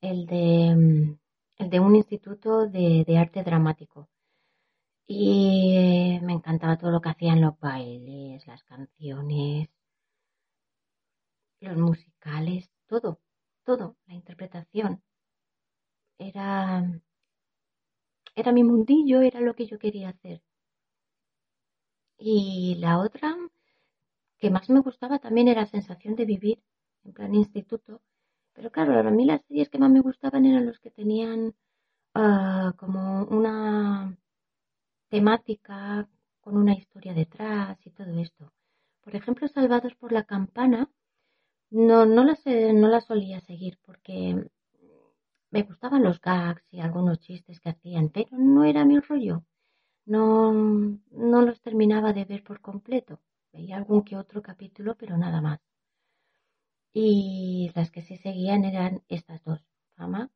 el de, mm, el de un instituto de, de arte dramático. Y eh, me encantaba todo lo que hacían los bailes, las canciones, los musicales, todo todo, la interpretación. Era, era mi mundillo, era lo que yo quería hacer. Y la otra que más me gustaba también era sensación de vivir, en plan instituto. Pero claro, a mí las series que más me gustaban eran los que tenían ah, como una temática con una historia detrás y todo esto. Por ejemplo, Salvados por la Campana no, no las, eh, no las solía seguir porque me gustaban los gags y algunos chistes que hacían, pero no era mi rollo. No, no los terminaba de ver por completo. Veía algún que otro capítulo, pero nada más. Y las que sí seguían eran estas dos, fama,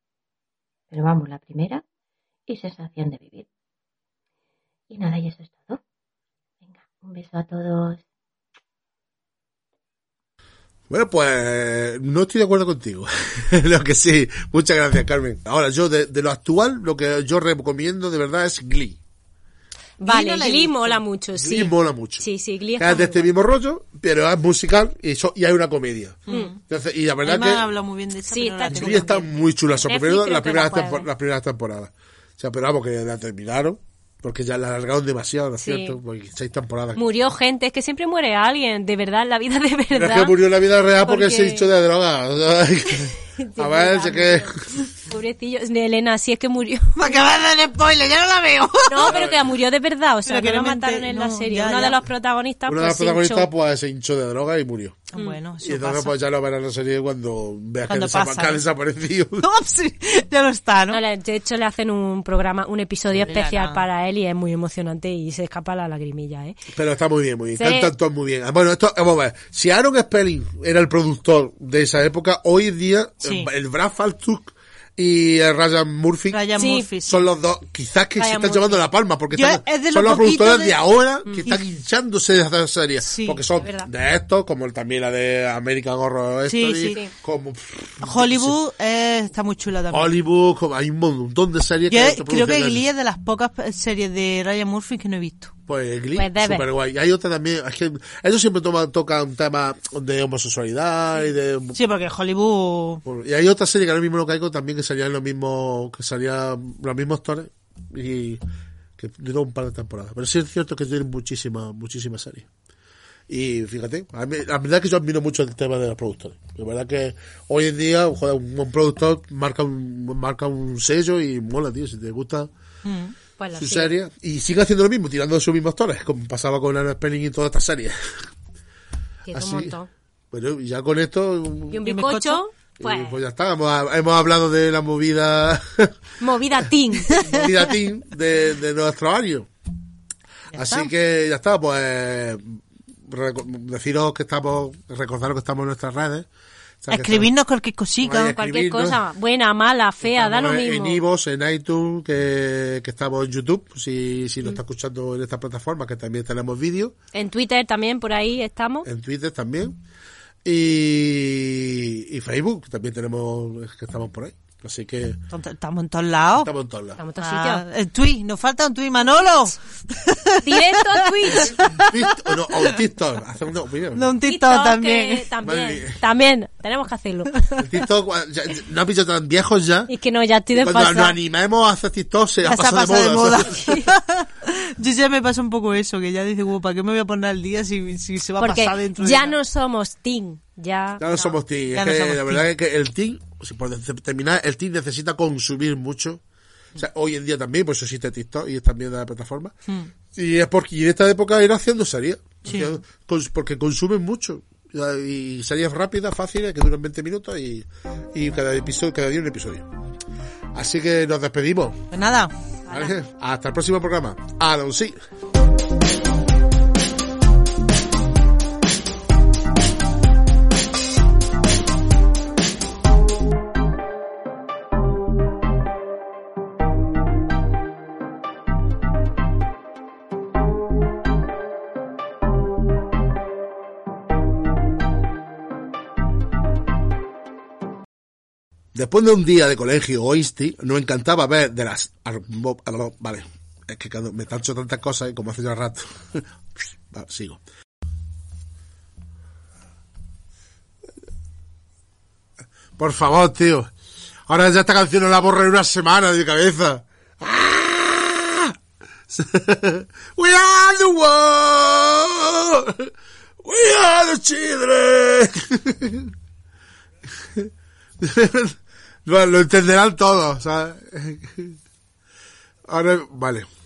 pero vamos, la primera, y sensación de vivir. Y nada, y eso es todo. Venga, un beso a todos. Bueno, pues no estoy de acuerdo contigo. lo que sí, muchas gracias, Carmen. Ahora, yo de, de lo actual, lo que yo recomiendo de verdad es Glee. Vale, Glee no la he Glee visto. mola mucho, sí. Glee mola mucho. Sí, sí, Glee está Es de muy este guay. mismo rollo, pero es musical y, so- y hay una comedia. Mm. Entonces, y la verdad Además, que... han hablado muy bien de esta, Sí, pero no la está tengo Glee está también. muy chula, sobre Netflix todo creo las que primeras, la puede tempo- ver. las primeras temporadas. O sea, pero vamos, que la terminaron, porque ya la alargaron demasiado, ¿no es Sí. cierto? Porque seis temporadas. Murió gente, es que siempre muere alguien, de verdad, en la vida de Pero es verdad. que murió en la vida real porque, Porque- se hinchó de droga. o sea, A ver, sé que... Pobrecillo, Elena, sí es que murió. Me acabas de dar spoiler, ya no la veo. No, pero que la murió de verdad, o sea, Pero que que la realmente- mataron en la no, serie. ya, Uno ya. de los protagonistas, Una de las pues, se hinchó. protagonistas pues, se hinchó de droga y murió. Bueno, Y eso entonces pasa. pues ya lo verás en la serie cuando veas que, Cuando desapa- pasa, que ha ¿no? desaparecido. Ups, sí, ya no está, ¿no? No, le- de hecho, le hacen un programa, un episodio Hombre, especial Ana. para él y es muy emocionante y se escapa la lagrimilla, ¿eh? Pero está muy bien, muy bien. Sí. Cantan todos muy bien. Ah, Bueno, esto, eh, vamos a ver. Si Aaron Spelling era el productor de esa época, hoy en día Sí. el Brad Falchuk y el Ryan Murphy Ryan Sí. Murphy. sí. son los dos, quizás que se Ryan están Murphy. llevando la palma, porque Yo están- es de lo son los poquito productores de, de- Mm. ahora que están hinchándose de hacer series. Sí, porque son es verdad. de estos, como el- también la de American Horror Sí, Story, sí. como Hollywood eh, está muy chula también. Hollywood, como hay un montón de series Yo han eh, hecho creo que producciones. Glee es de las pocas eh, series de Ryan Murphy que no he visto. Pues Glee, Pues debe. super guay. Hay otra también, es que ellos siempre toman, tocan temas de homosexualidad y de... Sí, porque Hollywood... Y hay otra serie que ahora mismo no caigo también que salían los mismos, que salían los mismos actores y que duró un par de temporadas. Pero sí es cierto que tienen muchísimas, muchísimas series. Y fíjate, a mí- la verdad es que yo admiro mucho el tema de los productores. La verdad que hoy en día, joder, un, un productor marca un, marca un sello y mola, tío, si te gusta Pues la su sigue. serie. Y sigue haciendo lo mismo, tirando de sus mismos actores, como pasaba con Anna Spelling y todas estas series. Que es un Así. montón. Bueno, y ya con esto... Y un ¿Y un bizcocho, bizcocho? pues, eh, pues ya está, hemos, hemos hablado de la movida movida teen. movida teen de, de nuestro año. Así que ya está, pues reco- deciros que estamos, recordaros que estamos en nuestras redes. O sea, que Escribirnos cualquier Vaya, cosica. Cualquier escribirnos. cosa, buena, mala, fea, da lo Estamos En mismo. iVoox, en iTunes, que, que estamos en YouTube, si, si nos está escuchando en estas plataformas, que también tenemos vídeos, En Twitter también, por ahí estamos. en Twitter también, y, y Facebook, también tenemos, que estamos por ahí. Así que Tonto- Estamos en todos lados. estamos en todos lados. Estamos en todos Ah, el tweet, nos falta un tweet, Manolo. sitios. Directo a Twitch. Twitch, o no, o en TikTok, hacemos una opinión. De un TikTok, TikTok también. que también. Madre mía. También, tenemos que hacerlo. El TikTok, gua- ya- ya- no ha pillado tan viejos ya. Y es que no, ya estoy de Cuando nos pasada. animemos a hacer TikTok, se Ya ha se ha pasado pasado de moda. ¿sabes? Yo ya me pasa un poco eso, que ya dice, "Guau, ¿para qué me voy a poner al día si, si se va a pasar Porque dentro de ya nada?". no somos teen. Ya. Ya no, somos team. ya Es no que somos la team. verdad es que el team, si por terminar, el team necesita consumir mucho O sea, hoy en día también, por eso existe TikTok y es también de la plataforma. Y es porque y en esta época era haciendo series. Hmm. Sí. Haciendo- cons- Porque consumen mucho. Y series rápidas, fáciles, que duran 20 minutos y, y cada episodio, cada día un episodio. Así que nos despedimos. Pues nada, ¿vale? Hasta el próximo programa. Alon sí. Después de un día de colegio o insti, nos encantaba ver de las... armo- armo- Vale, es que cuando me tancho tantas cosas y como hace ya rato. Va, sigo. Por favor, tío. Ahora ya esta canción no la borro en una semana de mi cabeza. ¡Ah! We are the world. We are the children. lo, lo entenderán todos, ¿sabes? Ahora, vale.